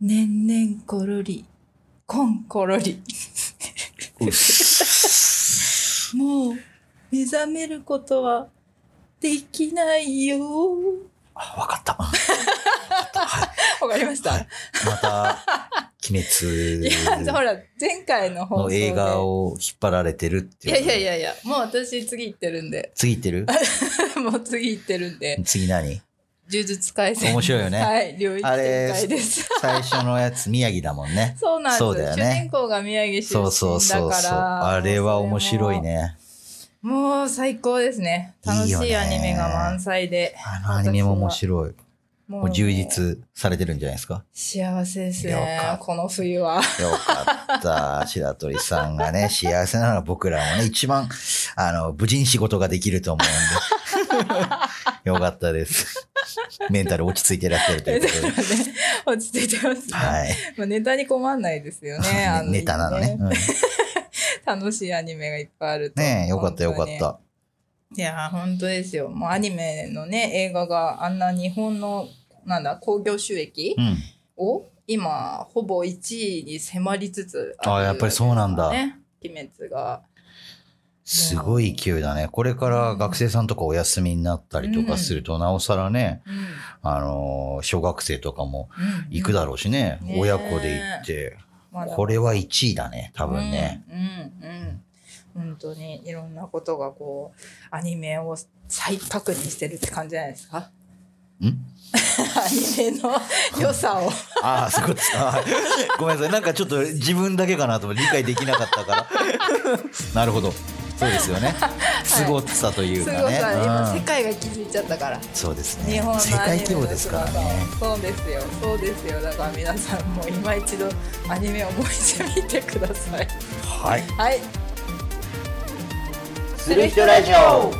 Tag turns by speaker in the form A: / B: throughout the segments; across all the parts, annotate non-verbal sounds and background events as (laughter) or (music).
A: ねんねんころり、こんころり。
B: うっす
A: もう、目覚めることはできないよ。
B: あ、わかった。
A: わかりました。
B: はいまた、 (laughs)
A: い
B: 鬼
A: や、ほ
B: 滅
A: ら、前回の放送
B: の
A: で。
B: 映画を引っ張られてるって
A: い
B: いう。
A: やいやいやいや、もう私次行ってるんで。 (laughs)
B: 次行ってる
A: もう次行ってるんで。
B: 次何
A: 呪術廻戦。
B: 面白いよね
A: はい、領域
B: あ
A: 展
B: れ
A: 開です。
B: 最初のやつ、宮城だもん (laughs) ね。
A: そうなんです
B: そうだよね
A: 主人公が宮城出身だ
B: そ
A: から。
B: うそうそうそう。あれは面白いね。
A: それも。もう最高ですね。楽
B: いい
A: し
B: よね
A: いアニメが満載で。
B: あのアニメも面白い。
A: も
B: もう充。実されてるんじゃないですか。
A: 幸せです
B: よか
A: ね
B: っ。た
A: この冬
B: (laughs)
A: は。
B: よかった。白鳥さん
A: (laughs)
B: がね、幸せなのは僕らもね、一番、あの、無事に仕事ができると思う
A: (laughs)
B: んで。よかったです。メンタル落ち着いてらっしゃるということで。
A: 落ち着いてますね。
B: はい。
A: まあネタに困んないですよね。あ
B: (laughs) ね
A: の
B: ネタなのね。。うん
A: 楽しいアニメがいっぱいあると。
B: ねえ、よかったよか
A: 本
B: っ
A: 当に。
B: た。
A: いやー、本当ですよ。もうアニメのね、映画があんな日本の、なんだ、興行収益
B: うん。
A: を今、ほぼ1位に迫りつつ
B: あやっぱりそうなんだ
A: ね、鬼滅が。
B: すごい勢いだね。これから学生さんとかお休みになったりとかすると、なおさらね、
A: うんうん
B: あのー小学生とかも
A: うん
B: 行くだろうしね、
A: ねえ
B: 親子で行って、
A: まだ
B: これは1位だね、多分ね。
A: うんうんうん本当にいろんなことがこうアニメを再確認してるって感じじゃないですか
B: ん
A: アニメの良さを
B: ああ、そういうことですか。はいごめんなさい。なんかちょっと自分だけかなと思って理解できなかったから。なるほど。そうですよね。凄さとい
A: す
B: う
A: ご
B: か
A: い
B: ね。
A: 今
B: う
A: 世
B: ん
A: 界が気づいちゃったから
B: そうです
A: 日
B: ね
A: 本の。
B: 世
A: アニメの
B: 界規模ですからね。
A: 凄さをそうですよそうですよだから皆さんも今一度アニメをもう一度見てください
B: はい。
A: はい
B: す
A: る人ラジオ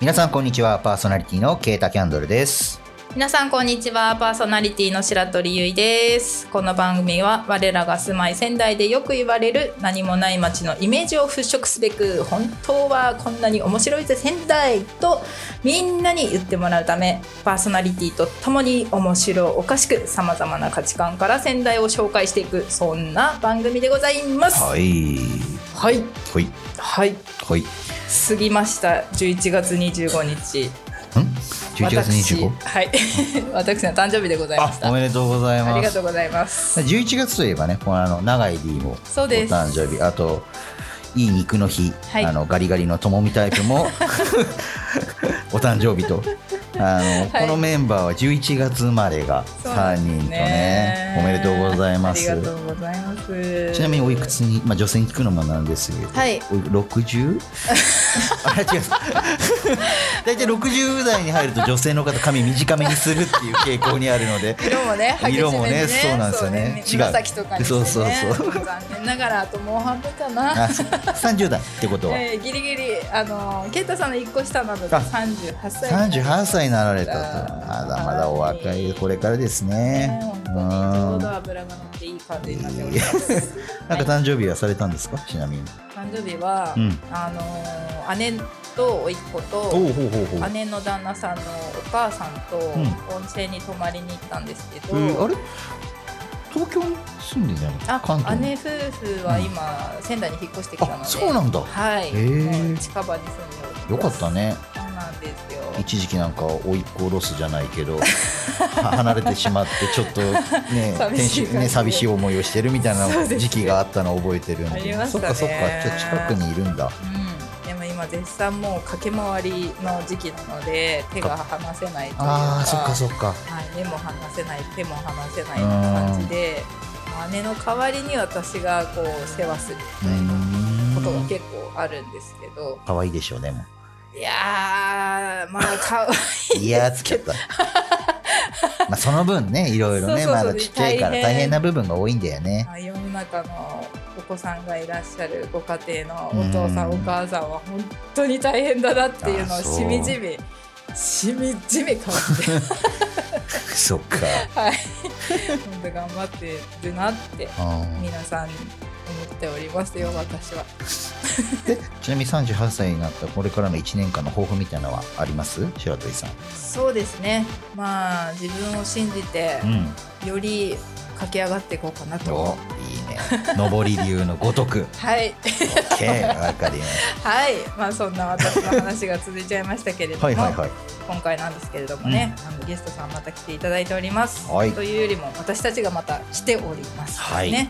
B: 皆さんこんにちはパーソナリティのケータキャンドルです
A: 皆さんこんにちはパーソナリティの白鳥ゆいですこの番組は我らが住まい仙台でよく言われる何もない街のイメージを払拭すべく本当はこんなに面白いぜ仙台とみんなに言ってもらうためパーソナリティとともに面白おかしくさまざまな価値観から仙台を紹介していくそんな番組でございます
B: い
A: はい
B: はい
A: はい
B: はいん
A: 過ぎました11月25日
B: 11月
A: 私
B: 25?
A: はい私の誕生日でございま
B: あ
A: した
B: おめでとうござい
A: あり
B: ま
A: が
B: す
A: とうございます。
B: 11月といえばねこのあの長い D もお
A: そうです
B: 誕生日あといい肉の日、
A: はい
B: あのガリガリのともみタイ
A: (laughs)
B: プも (laughs) お誕生日とあの、
A: はい
B: このメンバーは11月生まれが
A: そうな
B: 3
A: んです
B: 人とねおめでとうございます
A: ありがとうございます。
B: ちなみにおいくつに、まあ、女性に聞くのもなんですけど、
A: はい
B: おい
A: (laughs)
B: 60? あれ違う (laughs) 大体60代に入ると女性の方髪短めにするっていう傾向にあるので
A: 色もね、激しめに
B: 色もねそうなんですよね
A: そう
B: 違う
A: 紫とかにしてね。
B: そうそう
A: 残念ながらあともう半分かな。
B: あそ30代ってことは、
A: えー、ギリギリあのケイタさんの一個下なので
B: あ
A: 三十八歳。
B: 38歳になられたとまだまだお若いこれからですね
A: ね本当
B: うん
A: にちょうど脂が乗っていい感じになっております。
B: なんか誕生日はされたんですかちなみに
A: 誕生日は、
B: うん
A: あの姉と甥っ子と。
B: うほうほうほ
A: 姉の旦那さんのお母さんと
B: ん
A: 温泉に泊まりに行ったんですけど、
B: あれ東京に住んでんじゃない
A: あ
B: 関東に
A: 姉夫婦は今、仙台に引っ越してきたので
B: あそうなんだ
A: はい、
B: へえ
A: もう近場に住んでおります
B: よかったね
A: そうなんですよ
B: 一時期なんか甥っ子ロスじゃない
A: (laughs)
B: けど離れてしまってちょっとね
A: 寂
B: 天
A: しい
B: 使ね寂しい思いをしてるみたい
A: そ
B: な
A: うですよ
B: 時期があったのを覚えてるん
A: あり
B: で
A: まし
B: そ
A: た
B: っ
A: ね
B: かそっかじゃあ近くにいるんだ
A: うんでも今絶賛もう駆け回りの時期なので手が離せないというか
B: あーそっかそっか
A: はい、目も離せない手も離せないって感じで姉の代わりに私がこう世話するみ
B: う
A: たいなことが
B: ーん
A: 結構あるんですけど、
B: 可愛いでしょうねもう
A: いやーまあか
B: いやーつけ (laughs) たまあその分ねいろいろ
A: そう
B: ね
A: そう
B: ま
A: そう
B: だちっちゃいから
A: 大変
B: 大変な部分が多いんだよね
A: まあ世の中のお子さんがいらっしゃるご家庭のお父さん
B: う
A: お
B: ん
A: 母さんは本当に大変だなっていうのを
B: あそう
A: しみじみしみじみ感じて
B: (laughs) そっか。
A: はい、本当頑張ってるなって
B: うん
A: 皆さんに思っておりますよ私は
B: でちなみに38歳になったこれからの1年間の抱負みたいなのはあります白鳥さん。
A: そうですねまあ自分を信じて
B: うん。
A: より駆け上がっていこうかな
B: お
A: と
B: い (laughs) いね。上り流のごとく。
A: はい
B: OK。わかりまし
A: はいまあそんな私の話が続いちゃいましたけれど
B: た。
A: も
B: (laughs) はいはいはい。
A: 今回なんですけれどもね、あのゲストさんまた来ていただいております、
B: はい
A: というよりも私たちがまた来ております、
B: はい
A: ね、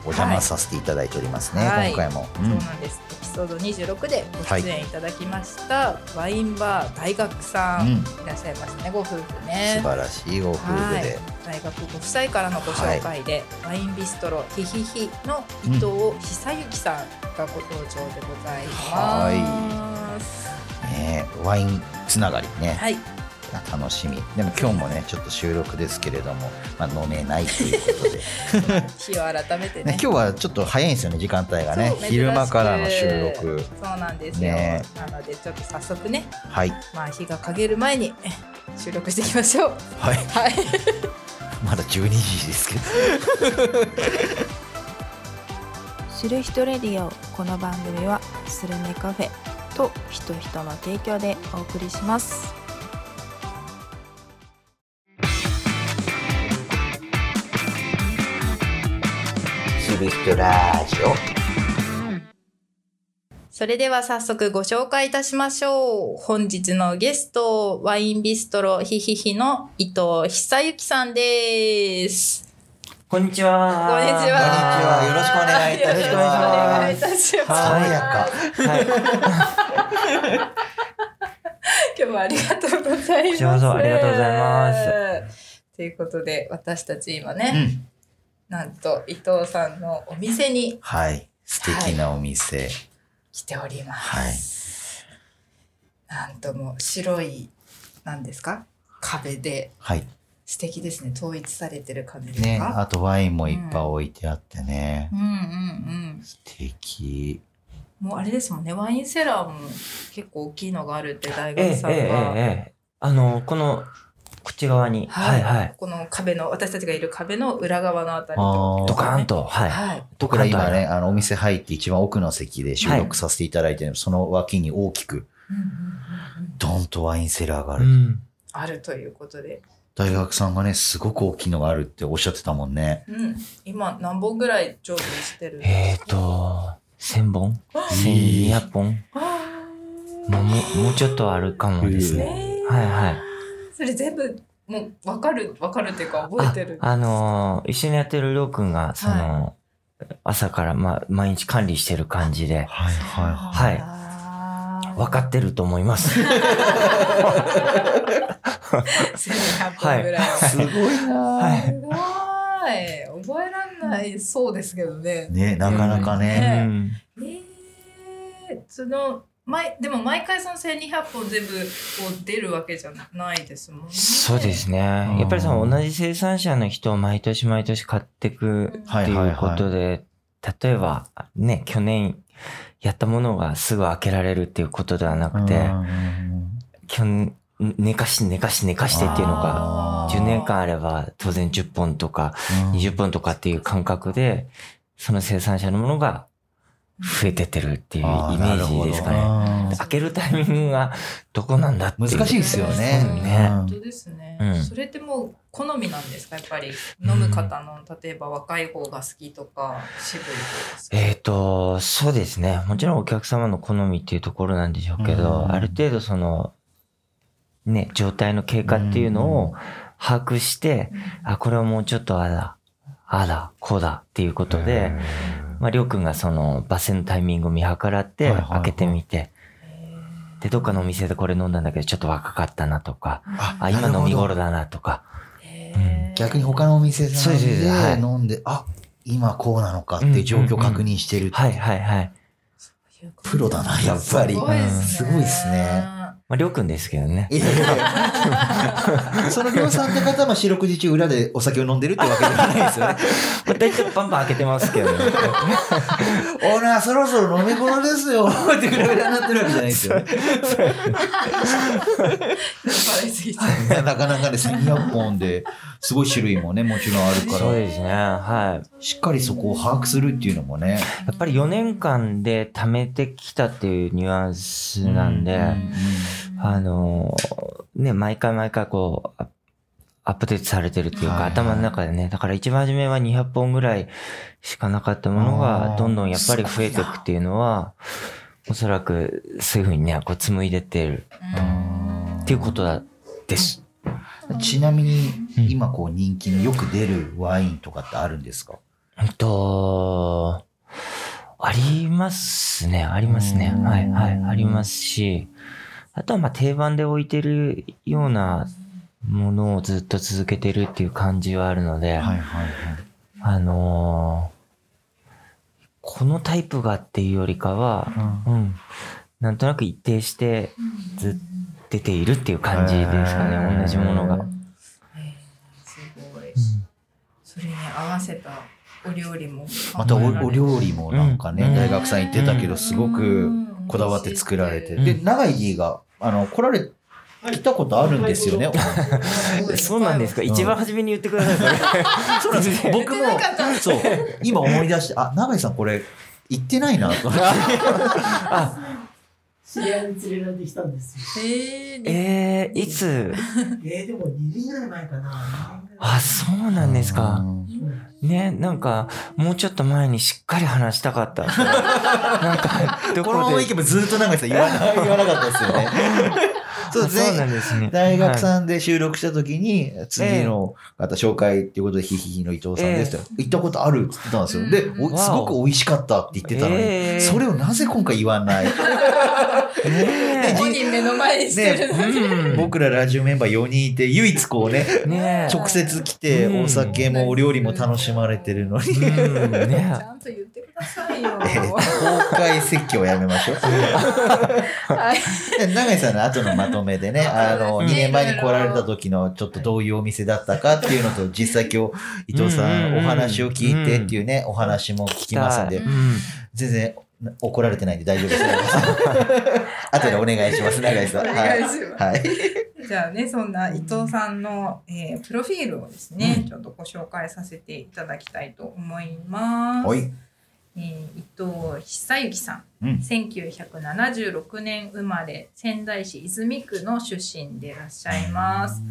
B: お邪魔させていただいておりますね、
A: はい
B: 今回も。う
A: そ
B: ん
A: うなんですエピソード26でご出演いただきました、ワインバー大学さん、
B: う
A: い
B: ん
A: らっしゃいますねご夫婦
B: 素
A: ね
B: 晴らしいご夫婦で。
A: 大学ご夫妻からのご紹介で、ワインビストロヒヒヒの伊藤久幸さんがご登場でございます、
B: ねワインつながりね、
A: はい
B: 楽しみ。でも今日もね、ちょっと収録ですけれども、まあ、飲めないということで、ね、
A: 日を改めてね
B: 今日はちょっと早いんですよね、時間帯がね
A: そう珍し。く
B: 昼間からの収録。
A: そうなんですよ、
B: ね
A: なのでちょっと早速ね
B: はい。
A: まあ日が陰る前にえ収録していきましょう
B: はい。
A: はい
B: (laughs) まだ12時ですけど。
C: する人レディオこの番組はスルメカフェと人人の提供でお送りします
B: スビストラジオ。
A: それでは早速ご紹介いたしましょう。本日のゲスト、ワインビストロヒヒヒの伊藤久幸さんです。
D: こんにちは。
A: こんにちは。
B: はよろしくお願いいたします
A: よろくお願いいたします。
D: は
B: 爽やか。
D: はい。
A: 今日もありがとうございます。
D: こちらこそありがとうござい
A: ます。ということで、私たち今
B: う
A: ね、
B: ん。
A: なんと伊藤さんのお店に
B: はい。素敵なお店。
A: 来ております。なんとも白い、なんですか壁で、
B: はい。
A: 素敵ですね。統一されてる感じですか、
B: ね、あとワインもいっぱい置いてあってね
A: う。んうんうん。
B: 素敵。
A: もうあれですもんね、ワインセラーも結構大きいのがあるって大
D: ええ
A: 学
D: え
A: さん
D: ええ
A: は。
D: えあの、この、こっち側に、はい、はい。
A: この壁の、私たちがいる壁の裏側のあたり
B: あー
D: ド
A: と
D: カ
A: か、
D: ーン。と、はい。
A: はい。
D: ド
B: 僕
D: カ
B: ら
D: ーンと
B: 今ね、。あの、お店入って一番奥の席で収録させていただいてる、その脇に大きく、
A: うんうんうんうん
B: ドンとワインセラーがあ
D: う
B: る。
D: ん。
A: あるということで。
B: 大学さんがね、すごく大きいのがあるっておっしゃってたもんね。
A: うん。今何本ぐらい常備してるん
D: え
A: で
D: っ
A: すか
D: と、1000本
B: いい
D: ?1200 本
A: あ
D: まあもう、もうちょっとあるかもです
A: ー
D: ね。
A: ね
D: はい、はい。
A: えそれ全部、もう分かる、分かるっていうか覚え
D: あ
A: てる。
D: あのー一緒にやってるりょうくんが、その、朝から、まあ、毎日管理してる感じで、
B: はいは
D: はい
A: い
D: 分かってると思います。
A: 1200本ぐらいは。
B: い。すごいな
D: はい。
A: すごい覚えらんないそうですけどね。
B: ね、なかなか
D: う
B: ね。
D: ん。
A: えー、その毎でも毎回その1200本全部こう出るわけじゃないですもんね。
D: そうで。すね。
B: うん
D: やっぱりその同じ生産者の人を毎年毎年買っていく
B: は
D: っ
B: い
D: て
B: はいいう
D: こ
B: は。
D: とで、例えばね、去年やったものがすぐ開けられるっていうことではないくて、
B: うん
D: 去年寝かし寝かし寝かしてっていうのが、
A: あー
D: 10年間あれば当然10本とか20本とかっていう感覚で、その生産者のものが増えてってるっていうイメ
B: あなる
D: ー
B: ほど
D: ジですかね。
B: うん
D: 開けるタイミングがどこなんだっていう。
B: 難しいですよね
A: うん
D: ね
A: 本当ですね、
D: うん
A: それってもう好みなんですかやっぱり飲む方の例えば若い方が好きとか渋い方が好き。
D: えー、と、そうですね。もちろんお客様の好みっていうところなんでしょうけ
B: う
D: ど、
B: ん
D: ある程度その、ね、状態の経過っていうのを把握して、あ、これはもうちょっとああだ、ああだ、こうだっていうことで、まあ、りょうくんがその、バスのタイミングを見計ら
B: は
D: って
B: いはいはい
D: 開けてみて、で、どっかのお店でこれ飲んだんだけど、ちょっと若かったなとか、あ、今飲み頃だなとか、
A: へー
B: 逆に他のお店さん
D: そうですそうですは
B: で
D: い
B: 飲んで、あ、今こうなのかっていう状況を確認してる。
D: はいはいはい。
B: プロだなやっぱり
A: すごいですね。
B: うんすごいっすね
D: まあ、りょうくんですけどね。
B: いやいやい
D: (laughs)
B: やそのりょうさんって方も四六時中裏でお酒を飲んでるってわけで
D: (laughs)
B: はないですよね。
D: まあ、大体バンバン開けてま
B: (laughs)
D: すけどね。
B: 俺はそろそろ飲み頃ですよってぐらいになってるわけじゃないですよね。
A: 払いすぎて。
B: なかなかですね、200本で、すごい種類もね、もちろんあるか
D: そう
B: ら、
D: ですね。はい。
B: しっかりそこを把握するっていうのもね。
D: やっぱり4年間で貯めてきたっていうニュアンスなんで、
B: う
D: あのね、毎回毎回こう、アアップデートされてるっていうか、
B: はいはい
D: 頭の中でね、だから一番初めは200本ぐらいしかなかったもの
B: あ
D: が
B: ー、
D: どんどんやっぱり増えていくっていうのは、おそらくそういうふうにね、こう紡いでってる
B: うん
D: っていうことだです。
B: ちなみに、
D: うん
B: 今こう人気のよく出るワインとかってあるんですか
D: うんと、ありますね、ありますね。
B: うん
D: はい、はい、ありますし、あとはまあ定番で置いてるようなものをずっと続けてるっていう感じはあるので、
B: いはい
D: あのーこのタイプがっていうよりかは、
B: は
D: うん、なんとなく一定してず出ているっていう感じですか
B: へー
D: ね、同じものが。
A: すごい。それに合わせたお料理も。
B: またおお料理もなんかね、
D: うん
B: 大学さん行ってたけ
A: う
B: ど、
A: ん
B: すごくこだわって作られて。
D: うん
B: で、長井 D が、あの、来られ、来たことあるんですよね。
D: (laughs) そうなんですか、
B: ん
D: 一番初めに言ってください、それ。
B: そうなんですよ僕も
A: 言ってなかった、
B: そう、今思い出して、あ、長井さんこれ、行ってないなと思って。
E: 知り合いに連れられてきたんですよ。
A: えー
D: えー、いつ
E: (laughs) えー、でも2年ぐらい前かな。
D: あ、そうなんです
B: う
D: か。
B: ん
D: ね、なんか、もうちょっと前にしっかり話したか
B: (laughs)
D: った。なんか、ど
B: このま
D: こ
B: ま
D: で
B: い。けばずっと長井さん言わな言わなかったですよ
D: (laughs)
B: ね。そう
D: あそう
B: 前
D: なんですね。
B: 大学
D: はい
B: さんで収録した時に、次の方紹介っていうことで、ヒヒヒの伊藤さんですって、行ったことあるって言ってたんですよ。で、お
D: わお
B: すごく美味しかったって言ってたの
D: え
B: に、
D: え
B: それをなぜ今回言わない
D: ね
A: 本人目の前にしてるのに。
D: え
B: 僕らラジオメンバー4人いて、唯一こうね、
D: うんねえ
B: 直接来て、
D: うん
B: お酒もお料理も楽しまれてるのに、
D: うん
A: (laughs)
D: ね
A: ちゃんと言ってくださ
D: (laughs)
A: いよ。
B: えー公開説教やめましょう。
A: はい。
B: 永井さんの後のまとめ
A: (laughs)
B: でね、あの、
D: う
B: 2
D: ん
B: 年前に来られた時のちょっとどういうお店だったかっていうのと、実際今日、伊藤さ
D: うんうん
B: ん
D: うん
B: お話を聞いてっていうね、お話も聞きますんで
D: う、ん
B: 全然怒られてないんで大丈夫
A: (laughs)
B: です。後でお願いします、永井さん。
A: お
B: は
A: 願い
B: い。
A: します。
B: はい。
A: じゃあね、そんな伊藤さんの、えープロフィールをですね、ちょっとご紹介させていただきたいと思います。
B: おい。
A: えー伊藤久幸さん。
B: うん。
A: 1976年生まれ仙台市泉区の出身でいらっしゃいます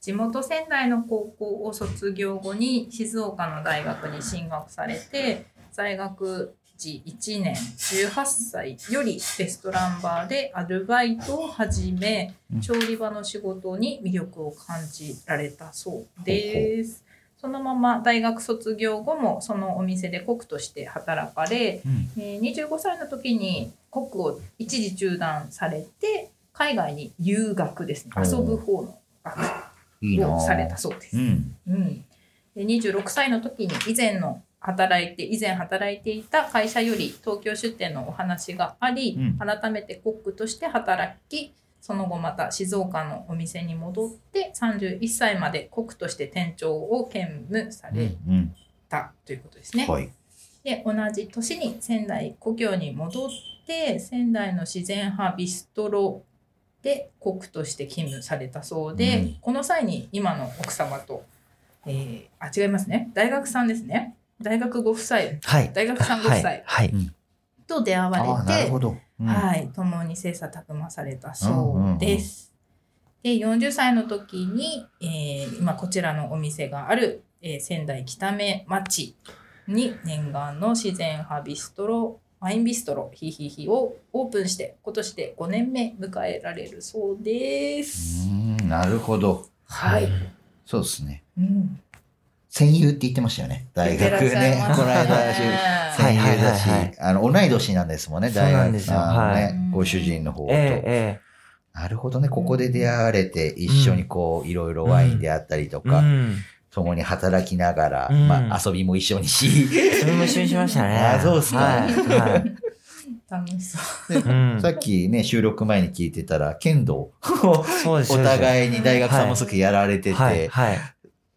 A: 地元仙台の高校を卒業後に静岡の大学に進学されて在学時1年18歳よりレストランバーでアルバイトを始め
B: うん
A: 調理場の仕事に魅力を感じられたそうですそのまま大学卒業後もそのお店でコックとして働かれ
B: うん
A: えー25歳の時に国を一時中断されて海外に留学ですね
B: おー
A: 遊ぶ方の学
B: いいな
A: をされた
B: ぁ
A: そうです。
B: うん。
A: うん、で26歳の時に以前の働いて以前働いていた会社より東京出店のお話があり、
B: うん
A: 改めてコックとして働きその後また静岡のお店に戻って31歳までコックとして店長を兼務さ
B: う
A: れ
B: ん。
A: たということですね。
B: はい。
A: で同じ年に仙台故郷に戻って仙台の自然派ビストロでコックとして勤務されたそうで、
B: うん
A: この際に今の奥様と、えーあ違いますね大学さんですね大学ご夫妻
D: はい。
A: 大学さんご夫
D: は
A: 妻
D: い。はい。
A: と出会われ
B: ああ、なる
A: て
B: ほ、ど。うん
A: はい、共に切磋琢磨されたそうです。で40歳の時に、えー今こちらのお店がある、えー仙台北目町に念願の自然派ビストロワインビストロヒヒヒをオープンして今年で5年目迎えられるそうです。
B: うんなるほど。
A: はい、
B: そうですね。
A: うん、
B: 戦友って言ってましたよね。大学
A: いってらっしゃい
B: ね
A: ま。
B: こ
A: す
B: の間、
A: ね
B: 戦友だし、
D: はいはいはい
B: あの、同い年なんですもんね、
D: そう
B: 大
D: なん
B: 学
D: ですよ
B: さんのね、
A: はい
B: ご主人の方と、
D: ええ、え
B: なるほどね、ここで出会われて、一緒にこう、いろいろワインであったりと
D: え。
B: か、
D: うん。
B: 共に働きながら、
D: うん (laughs)
B: まあ、遊びも一緒にし、
D: それも一緒にしましたね。
B: あそうっすか
D: はい。はい
A: 楽しそう。
B: で
D: うん
B: さっきね、収録前に聞いてたら、剣道を
D: そうです
B: お
D: い
B: 互いに大学さんもすぐやられてて、
D: はい、はい。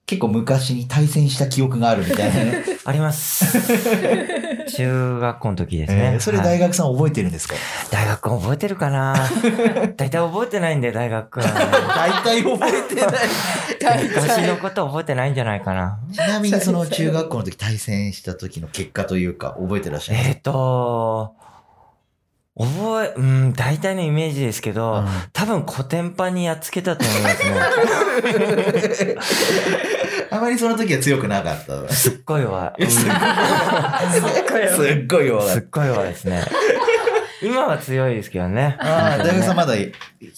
B: 結構昔に対戦した記憶があるみたいな
D: (laughs)
B: ね。
D: あ
B: (laughs)
D: ります。中学校の時ですね。
B: えーそれ
D: はい
B: 大学さん覚えてるんですか、
D: 大学覚えてる
B: (laughs)
D: かな大体覚えてないんで、大学は。
B: 大体覚えてない。
D: 昔のこと覚えてないんじゃないかな。
B: (laughs) ちなみに
D: (laughs)
B: その中学校の時対戦した時の結果というか、覚えてらっしゃいます
D: えっ、と、覚え、うん、大体のイメージですけ
B: う
D: ど、
B: ん
D: 多分古典版にやっつけたと思いますね。
B: (laughs) あまりその時は強くなかった。す
D: すっごい弱い。うんす
B: っごい弱かっ
D: っごい弱いですね。今は強いですけどね。
B: た。ああ、大学さんま
D: 本
B: だ引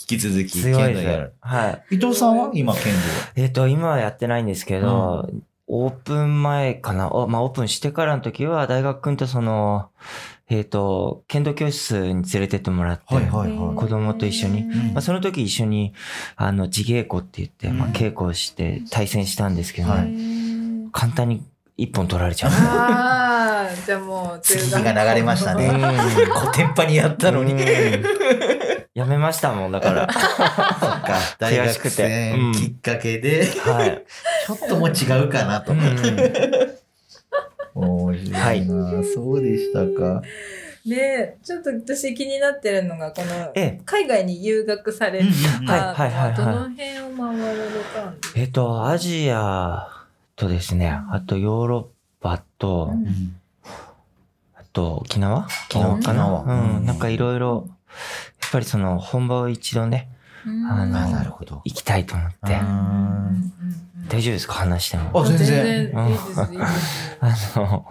B: き続き
D: 当にね強
B: 剣道
D: いです
B: やる。
D: はい。
B: 伊藤さんは今剣
D: えっ、と、今はやってないんですけど、オープン前かな、おまあ、オープンしてからの時は、大学君とその、えっ、と、剣道教室に連れてってもらって、
B: 道。はい
A: うん
D: 子供と一緒に
B: うん
D: まあ、その時一緒に、あの、自稽古って言って、まあ、
B: うん
D: 稽古をして対戦したんですけど、
B: はい
A: うん
D: 簡単に一本取ら
B: (laughs)
D: れちゃう。
A: ああ、じゃあもう中学校の。
B: 月日が流れましたね
D: うん
B: 古典版にやったのに。
D: うん
B: そっ
D: やめましたもん、だから。
B: か、大
D: 悔し
B: 学
D: くてう
B: 生
D: ん
B: きっかけで、ち
D: はい。
B: ょっともう違うかなと
D: う。ん
B: 面白いな。そうでしたか。
A: ねちょっと私気になってるのが、この、
D: え
A: 海外に留学され
B: うん
D: はい
A: た、
D: はいはいはい
A: どの辺を回られたんですか
D: えっと、アジアとですね、あとヨーロッパと、
A: うん
D: あと沖縄沖縄かな
B: 沖縄
D: うん。なんかいろいろ、やっぱりその本場を一度ね、
A: うん
D: あ
B: あ、
D: の
B: なるほど。
D: 行きたいと思って。
A: うんうんうんうん
D: 大丈夫ですか話しても。
B: あ全
A: い
B: 然
A: いですいいです
D: あの、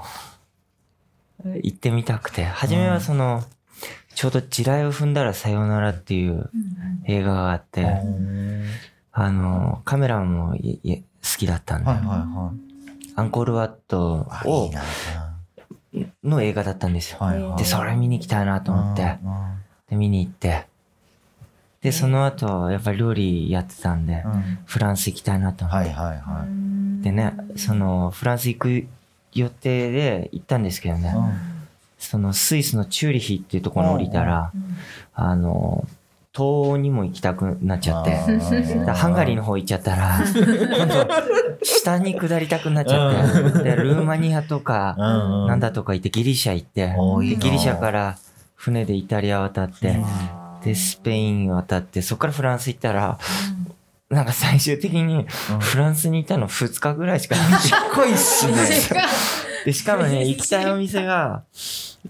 D: 行ってみたくて。初めはその、ちょうど地雷を踏んだらさよならっていう
A: うん
D: 映画があって、
B: うん
D: あの、カメラもいい好きだったんで、
B: はいはいはい
D: アンコールワット
B: あ。いい
D: を
B: な。
D: の映画だったんですよ。
B: はいはい
D: で、それ見に行きたいなと思って、で、見に行って、で、その後、やっぱり料理やってたんで
B: う、んうん
D: フランス行きたいなと思っ
B: はい
D: て、
B: はいは
A: うん
D: でね、その、フランス行く予定で行ったんですけどね
B: い。う、ん
D: そのスイスのチューリヒっていうところに降りたら、
A: うん
D: あの、東欧にも行きたくなっちゃって、だから (laughs) ハンガリーの方行っちゃったら、今度、下に下りたくなっちゃって、で、ルーマニアとか、
B: の
D: なんだとか行って、ギリシャ行って、でギリシャからら船でイタリア渡って、で、スペイン渡って、そこからフランス行ったら、なんか最終的にフランスにいたの2日ぐらいしかなくて
B: 濃いっすね。
D: で、しかもね、行きたいお店が、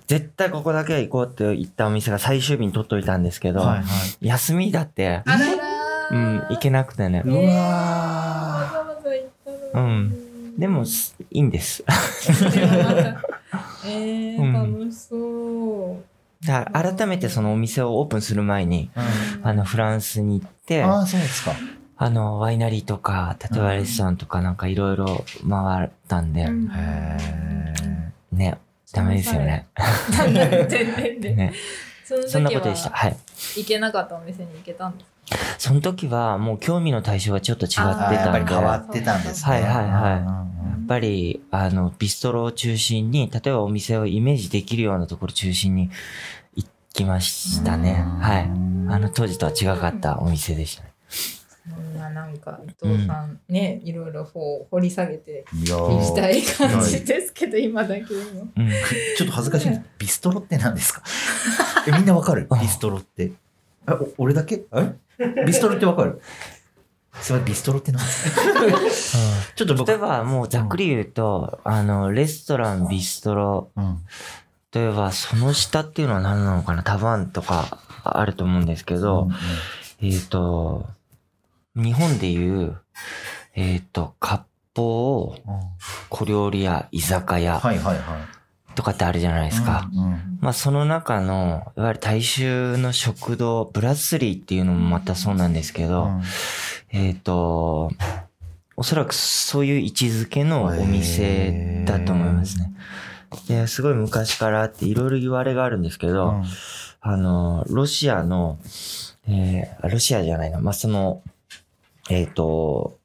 D: 絶対ここだけは行こうって言ったお店が最終日に取っといたんですけど、
B: はいはい。
D: 休みだって、
A: あら
D: う
A: ら
D: ん、行けなくてね
B: う。
A: えーわ
B: わ
A: ざわざ行った
D: う
A: のに
D: ん。で
A: (laughs)
D: も、すいいんです。
A: えー
D: うん
A: 楽しそう
D: だから改めてそのお店をオープンする前に、
B: ー
D: あの、フランスに行って、
B: あ
D: あ
B: あ、そうですか。
D: の、ワイナリーとか、例えばレストランとかなんかいろいろ回ったんで
A: う、ん
B: へー
D: ね、ダメですよね。
A: なんだってね (laughs)
D: ね、
A: その
D: そんな
A: 時
D: ことでした。
A: は
D: はい。
A: 行けなかったお店に行けたんです
D: その時はもう興味の対象がちょっと違って
B: あーやったぱ
D: ん
B: り
D: で、
B: 変わ
D: や
B: ってたんですね。
D: はいはいはい
B: い。
D: っぱり、あの、ビストロを中心に、例えばお店をイメージできるようなところ中心に行きましたね。はい。あの当時とは違かったお店でしたね。
A: そんななんか伊藤さんねいろいろこう掘り下げて
B: いや
A: いきた
B: ー
A: い感じですけど今だけでも
D: うん。
B: ちょっと恥ずかしいんです。ビストロって何ですかえ、みんなわか
D: (laughs)
B: るビストロって。あ、お俺だけえビストロってわかるすごいビストロって何です
D: (laughs)
B: かちょっと僕
D: 例え、ばもうざっくり言うと、あの、レストラン、ビストロ、
B: うん
D: 例えばその下っていうのは何なのかなタバンとかあると思うんですけど、えっ、と、日本でいう、えっ、と、割烹、
B: うんうん
D: 小料理屋、居酒屋
B: はいはいはい。
D: とかってあるじゃないですか。
B: うんうん
D: まあその中の、いわゆる大衆の食堂、ブラスリーっていうのもまたそうなんですけど、
B: うん
D: えっ、と、おそらくそういう位置づけのお店だと思いますね。で、すごい昔からあっていろいろ言われがあるんですけど、
B: うん
D: あの、ロシアの、えーロシアじゃないな、まあ、その、えっ、と、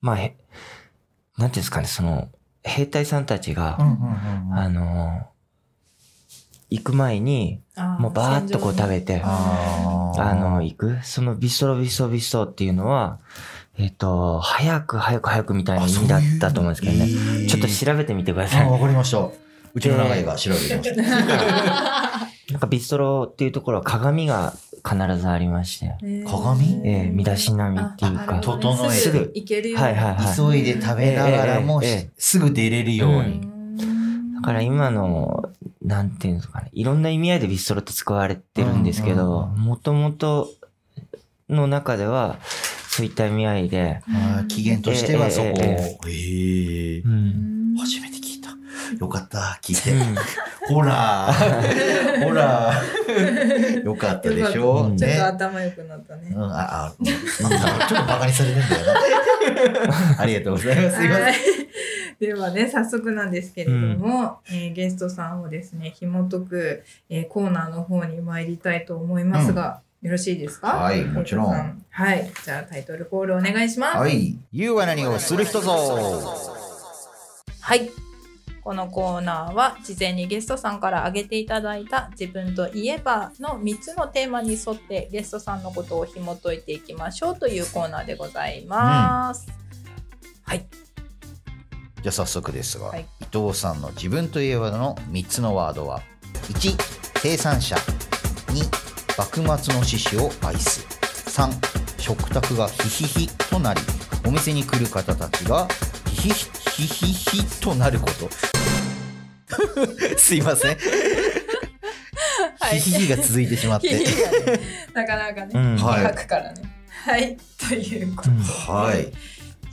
D: まあ、へなんていうんですかね、その、兵隊さんたち
B: う
D: が、
B: んうんうんうん
D: あの、行く前に、もうバーッとこう食べて、
B: あー
D: あの、行くそのビストロビストロビストロっていうのは、えっ、と、早く早く早くみたいな意味だったと思うんですけどね。ちょっと調べてみてくださ
B: あ、わ
D: い。
B: かりました。うちの長井が調べてました。
D: なんかビストロっていうところは鏡が必ずありまして、
A: (laughs)
B: 鏡
D: ええ身だしなみっていうか、
B: と整える
A: すぐ行けるように
D: はいはいはい。
B: 急いで食べながらも
D: ええええええ
B: すぐ出れるよう
D: う
B: に。
D: だから今の、なんていうんですかね、いろんな意味合いでビストロって使われてるんですけ
B: うん
D: ど、
B: うんう
D: もともとの中では、そういった意味合いで、
B: あー期限としてはそこを。
D: えええ
B: ええ
D: うん。
B: 初めて聞いた。よかった、聞いうて。
D: ん
B: (laughs) ほら、ほら、よかったでしょ。
D: うん
A: ちょっと
B: ね。
A: 頭良くなったね
B: うん、。あ、あ、うんちょっとバカにされてんだよ
D: (laughs)
B: な。ありがとうござい (laughs) ます。すいませ
A: は
B: ん。
A: い。 (laughs) ではね、早速なんですけれども、えーゲストさんをですね、紐解く、えーコーナーの方に参りたいと思いますが、よろしいですか
B: はいもちろん
A: ゲストさはい。じゃあタイトルコールお願いします。
B: はい。言うは何をする人ぞ。
A: はい。このコーナーは事前にゲストさんから挙げていただいた自分といえばの3つのテーマに沿ってゲストさんのことを紐解いていきましょうというコーナーでございます。はい。
B: じゃあ早速ですが、
A: はい
B: 伊藤さんの自分といえばの3つのワードは1生産者2幕末の志士を愛す3食卓がヒヒヒとなりお店に来る方たちがヒヒヒヒヒヒとなること (laughs) すいません、
A: はい
B: ヒヒヒが続いてしま
A: (laughs)
B: って
A: なかなかね、
D: うん
B: はい
A: 書くからね。はい。ということ
D: うん
B: はい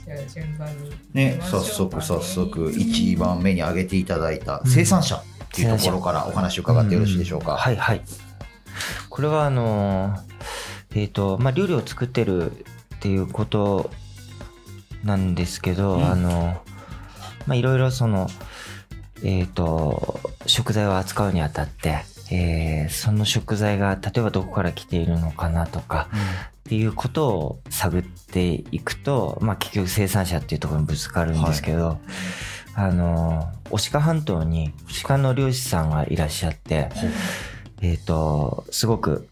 A: じゃあ順番に。
B: ね早速早速1番目に挙げていただいた
D: うん
B: 生産者っていうところからお話を伺ってよろしいでしょうか、
D: はいはい。これはあのーえっ、と、まあ、料理を作ってるっていうことなんですけど、
B: うん
D: あの、まあ、いろいろその、えっ、と、食材を扱うにあたって、えーその食材が例えばどこから来ているのかなとかっていうことを探っていくと、まあ、結局生産者っていうところにぶつかるんですけど、あの牡鹿半島に鹿の漁師さんがいらっしゃって、えっ、とすごく、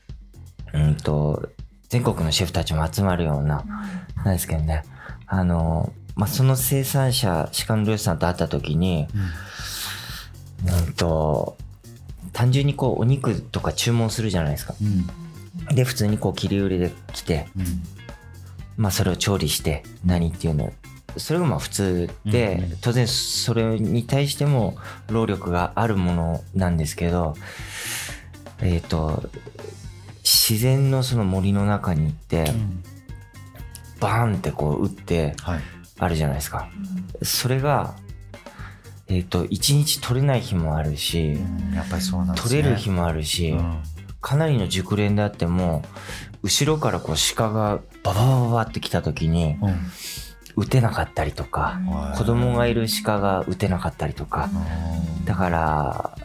D: うん、と全国のシェフたちも集まるようななんですけどねあの、まあ、その生産者鹿の漁師さんと会った時に、うん、と単純にこうお肉とか注文するじゃないですか。
B: うん
D: で普通にこう切り売りで来て、
B: うん
D: まあ、それを調理して何っていうのそれがまあ普通で、
B: うんうん
D: 当然それに対しても労力があるものなんですけどえっ、と自然のその森の中に行って、バーンってこう打って
B: はい、
D: あるじゃないですかそれがえっ、と一日取れない日もあるし、
B: やっぱりそうなんです
D: 取
B: ね
D: れる日もあるし、
B: うん
D: かなりの熟練であっても後ろからこう鹿がバババババって来た時に
B: うん
D: 打てなかったりとか、
B: はい
D: 子供がいる鹿が打てなかったりとか、だから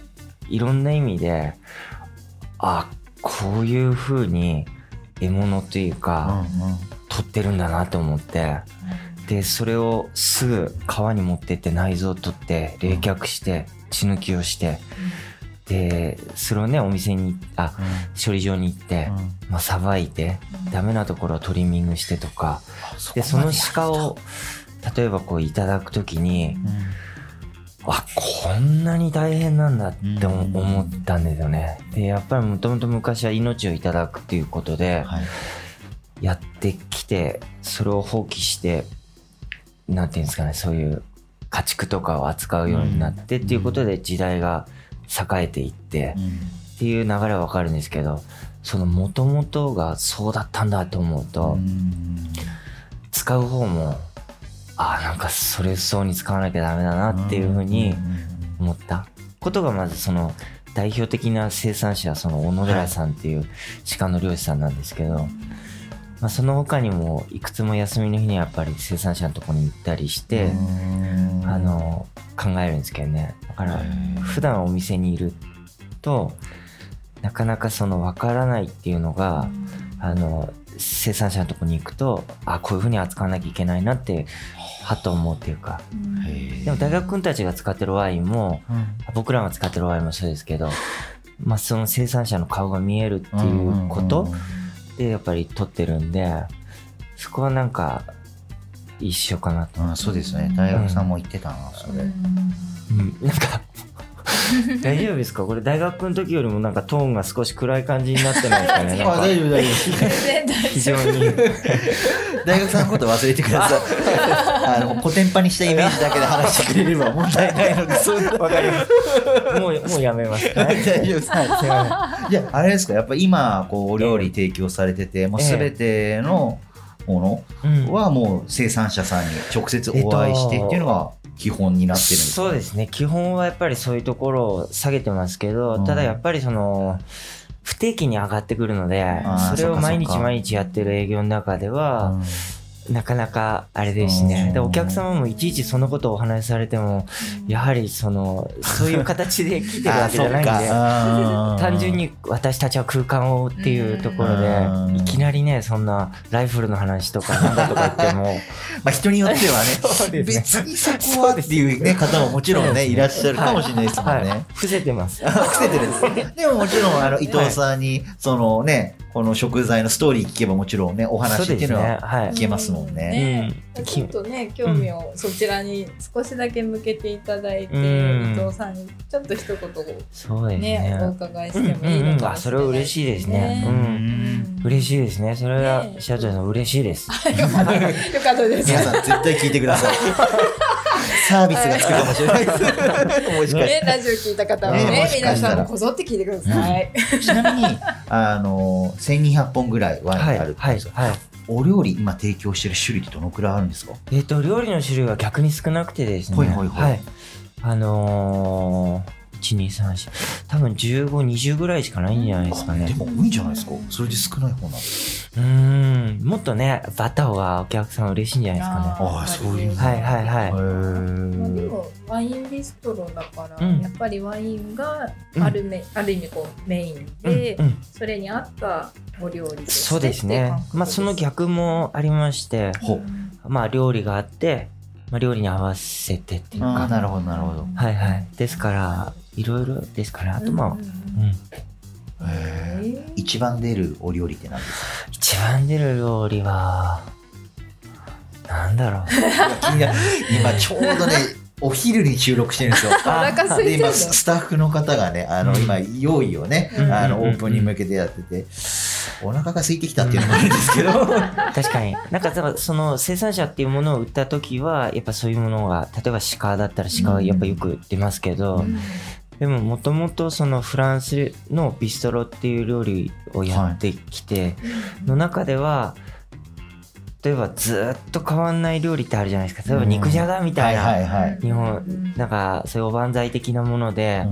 D: いろんな意味であこういう風に獲物という
B: うん
D: か、
B: うん
D: 取ってるんだなと思ってでそれをすぐ川に持ってって内臓を取って冷却して血抜きをして、でそれをねお店にあ処理場に行って、
B: うん
D: まあ、さばいてダメなところをトリミングしてとかで
B: こ
D: そ
B: ま
D: の
B: でやる
D: 鹿を例えばこういただくときに、
B: う
D: あこんなに大変なんだって思
B: うん
D: 思ったんですよね。でやっぱりもともと昔は命をいただくっていうことで
B: んはい
D: やってきてそれを放棄してなんていうんですかねそういう家畜とかを扱うようになってっていうことで時代が栄えていってっていう流れはわかるんですけどそのもともとがそうだったんだと思うと。
B: うん
D: 使う方もあーなんかそれそうに使わなきゃダメだなっていうふうに思ったことがまずその代表的な生産者はその小野寺さんっていう鹿の漁師さんなんですけど、まあ、その他にもいくつも休みの日にやっぱり生産者のとこに行ったりして、
B: うん
D: あの考えるんですけどねだから
B: うん
D: 普段お店にいるとなかなかその分からないっていうのがあの生産者のとこに行くとあこういうふうに扱わなきゃいけないなってはっと思うっていうか
B: へえ
D: でも大学君たちが使ってるワインも
B: うん
D: 僕らが使ってるワインもそうですけどまあ、その生産者の顔が見えるっていうことでやっぱり撮ってるんでそこはなんか一緒かなと、
B: うん、そうですね大学さんも言ってたなそれ、
D: なんか (laughs) 大丈夫ですかこれ大学の時よりもなんかトーンが少し暗い感じになってないですか (laughs) ねなん
B: 丈夫
D: か
B: 大丈夫
D: (laughs)
A: 全然
D: 非
A: 大丈 (laughs)
D: 常に (laughs)
B: 大学さんのこと忘れてくだ
D: (laughs)
B: さいあのコテンパにしたイメージだけで話してくれれば問題ないのでそん
D: (laughs)
B: な
D: わかりますもうもうやめます
B: (laughs) 大
D: ね
B: 丈夫ですはいすいませんいやあれですかやっぱ今こうお料理提供されててもう全てのもの、
D: うん
B: はもう生産者さんに直接お会いしてっていうのが基本になってるんですか
D: そうですね基本はやっぱりそういうところを下げてますけど、
B: うん
D: ただやっぱりその不定期に上がってくるので
B: あー
D: それ
B: そっか
D: を
B: そっか
D: 毎日毎日やってる営業の中では、なかなかあれです
B: うん
D: ねでお客様もいちいちそのことをお話しされてもやはりそのそういう形で来てるわけじゃないん
B: (laughs)
D: で。
B: ない
D: (laughs) 単純に私たちは空間をっていうところ
B: うん
D: でいきなりねそんなライフルの話とかなんだとか言っ
B: (laughs)
D: ても
B: まあ人によっては
D: (laughs) そう
B: ね
D: ですね
B: 別にそこはっていうね方ももちろんねいらっしゃるかもしれないですもん
D: はい
B: ね。
D: 伏せてます
B: 伏せてるんです。でももちろんあの伊藤さんにそのねこの食材のストーリー聞けばもちろんねお
D: そう
B: 話ってい
D: で
B: う
D: す
B: の
D: ね
B: は
D: はい
B: 聞けますもんね。
A: ね
D: うん
A: ちょっとね興味をそちらに少しだけ向けていただいて、
D: うん
A: 伊藤さんにちょっと一言を
D: そうです
A: ねお
D: ね。
A: 伺いし
D: うん
A: てもいい
D: うん
A: の
D: うん
A: かも
D: あ、
A: し
D: そ
A: れ
D: れ
A: ない
D: は嬉しいです
A: ね
D: ね。
A: う
D: うん。嬉しいですね。それは
A: ねえ
D: 社長さん嬉しいです。
A: よかったです
B: 皆さん絶対聞いてくだ
D: (laughs)
B: さい。サービスがつくかもしれないです。もしかして
A: ね、ラジオ聞いた方はね
B: ねもしか
A: 皆
B: した
A: さ
B: ら
A: んもこぞって聞いてください、
B: ちなみに、あの、1200本ぐらいワインが
D: はい
B: あるってこと
D: は
B: で
D: い
B: すが
D: はい。
B: お料理今提供してる種類ってどのくらいあるんですか
D: えっと料理の種類は逆に少なくてですね。
B: ほいほいほい
D: はい。あのー、一二三四、多分十五二十ぐらいしかないんじゃないですか
B: で
D: ね。
B: も多いんじゃないですかそれで少ない方なんです
D: うーん。もっとね、バターがお客さん嬉しいんじゃないですか
B: あーそういう
D: ね。はいはいはい。
A: まあでもワインビストロだから、
D: うん
A: やっぱりワインがある,、めある意味こうメインで、
D: うんうん
A: それに合ったお料理として
D: そうです
A: っていう
D: ね
A: 感。覚
D: まあその逆もありまして、
B: ほう
D: まあ料理があって、まあ料理に合わせてっていう
B: あ
D: か
B: ー。なるほどなるほど
D: はいはい。ですから、いろいろですから、あと
A: う
D: ま
A: ん
D: あ、うん。
B: へー
A: うんうん
B: 一番出るお料理って何ですか
D: 一番出る料理は、なんだ
B: (laughs)
D: ろう。 (laughs)
B: 今ちょうどねお昼に収録してるんです
D: (laughs)
B: よ
A: お腹空い
B: で
A: てるの
B: 今ススタッフの方がねあの
D: うん
B: 今用意をね
A: うん
B: あのオープンに向けてやっててお腹が空いてきたっていうのもあるんですけど
D: 確かに。なんか、だからその生産者っていうものを売った時は、やっぱそういうものが、例えば鹿だったら鹿はやっぱよく出ますけど、でももともとそのフランスのビストロっていう料理をやってきて、の中では、例えばずーっと変わんない料理ってあるじゃないですか。例えば肉じゃがみた
B: はいい
D: な。
B: はいはい
D: 日本なんかそういうおばんざい的なもので、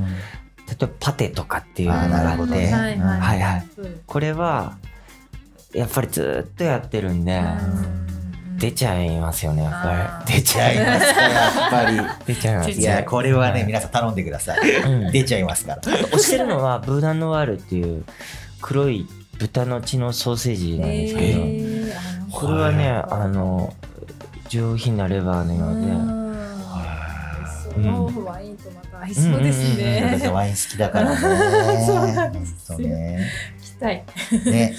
D: 例えばパテとかっていうのがあ
B: あーなるほ
D: っ
B: ど
D: て、
A: はい
B: ね
A: はい、
D: はいはい
A: そうです
D: これはやっぱりずーっとやってるんで、
A: うん
D: 出ちゃいますよねや
A: あ
D: っぱ
A: ー
D: り
B: 出ちゃいますかやっぱり
D: 出ちゃいます
B: いや、これは
D: は
B: ね、
D: い
B: 皆さん頼んでください。
D: うん
B: 出ちゃいますから。
D: 押してるのはブーダンノワールっていう黒い豚の血のソーセージなんですけど、
A: えーあ
D: これはねあの上品なレバーのようで、
A: うん
D: うん
A: そうワインとまた合いそうです
D: うんうん
B: 私
A: ね。
B: ワイン好きだからね。
A: (laughs) そうなんで
B: ほんとね。
A: (laughs) 期
D: (laughs)
A: 待。
B: ね、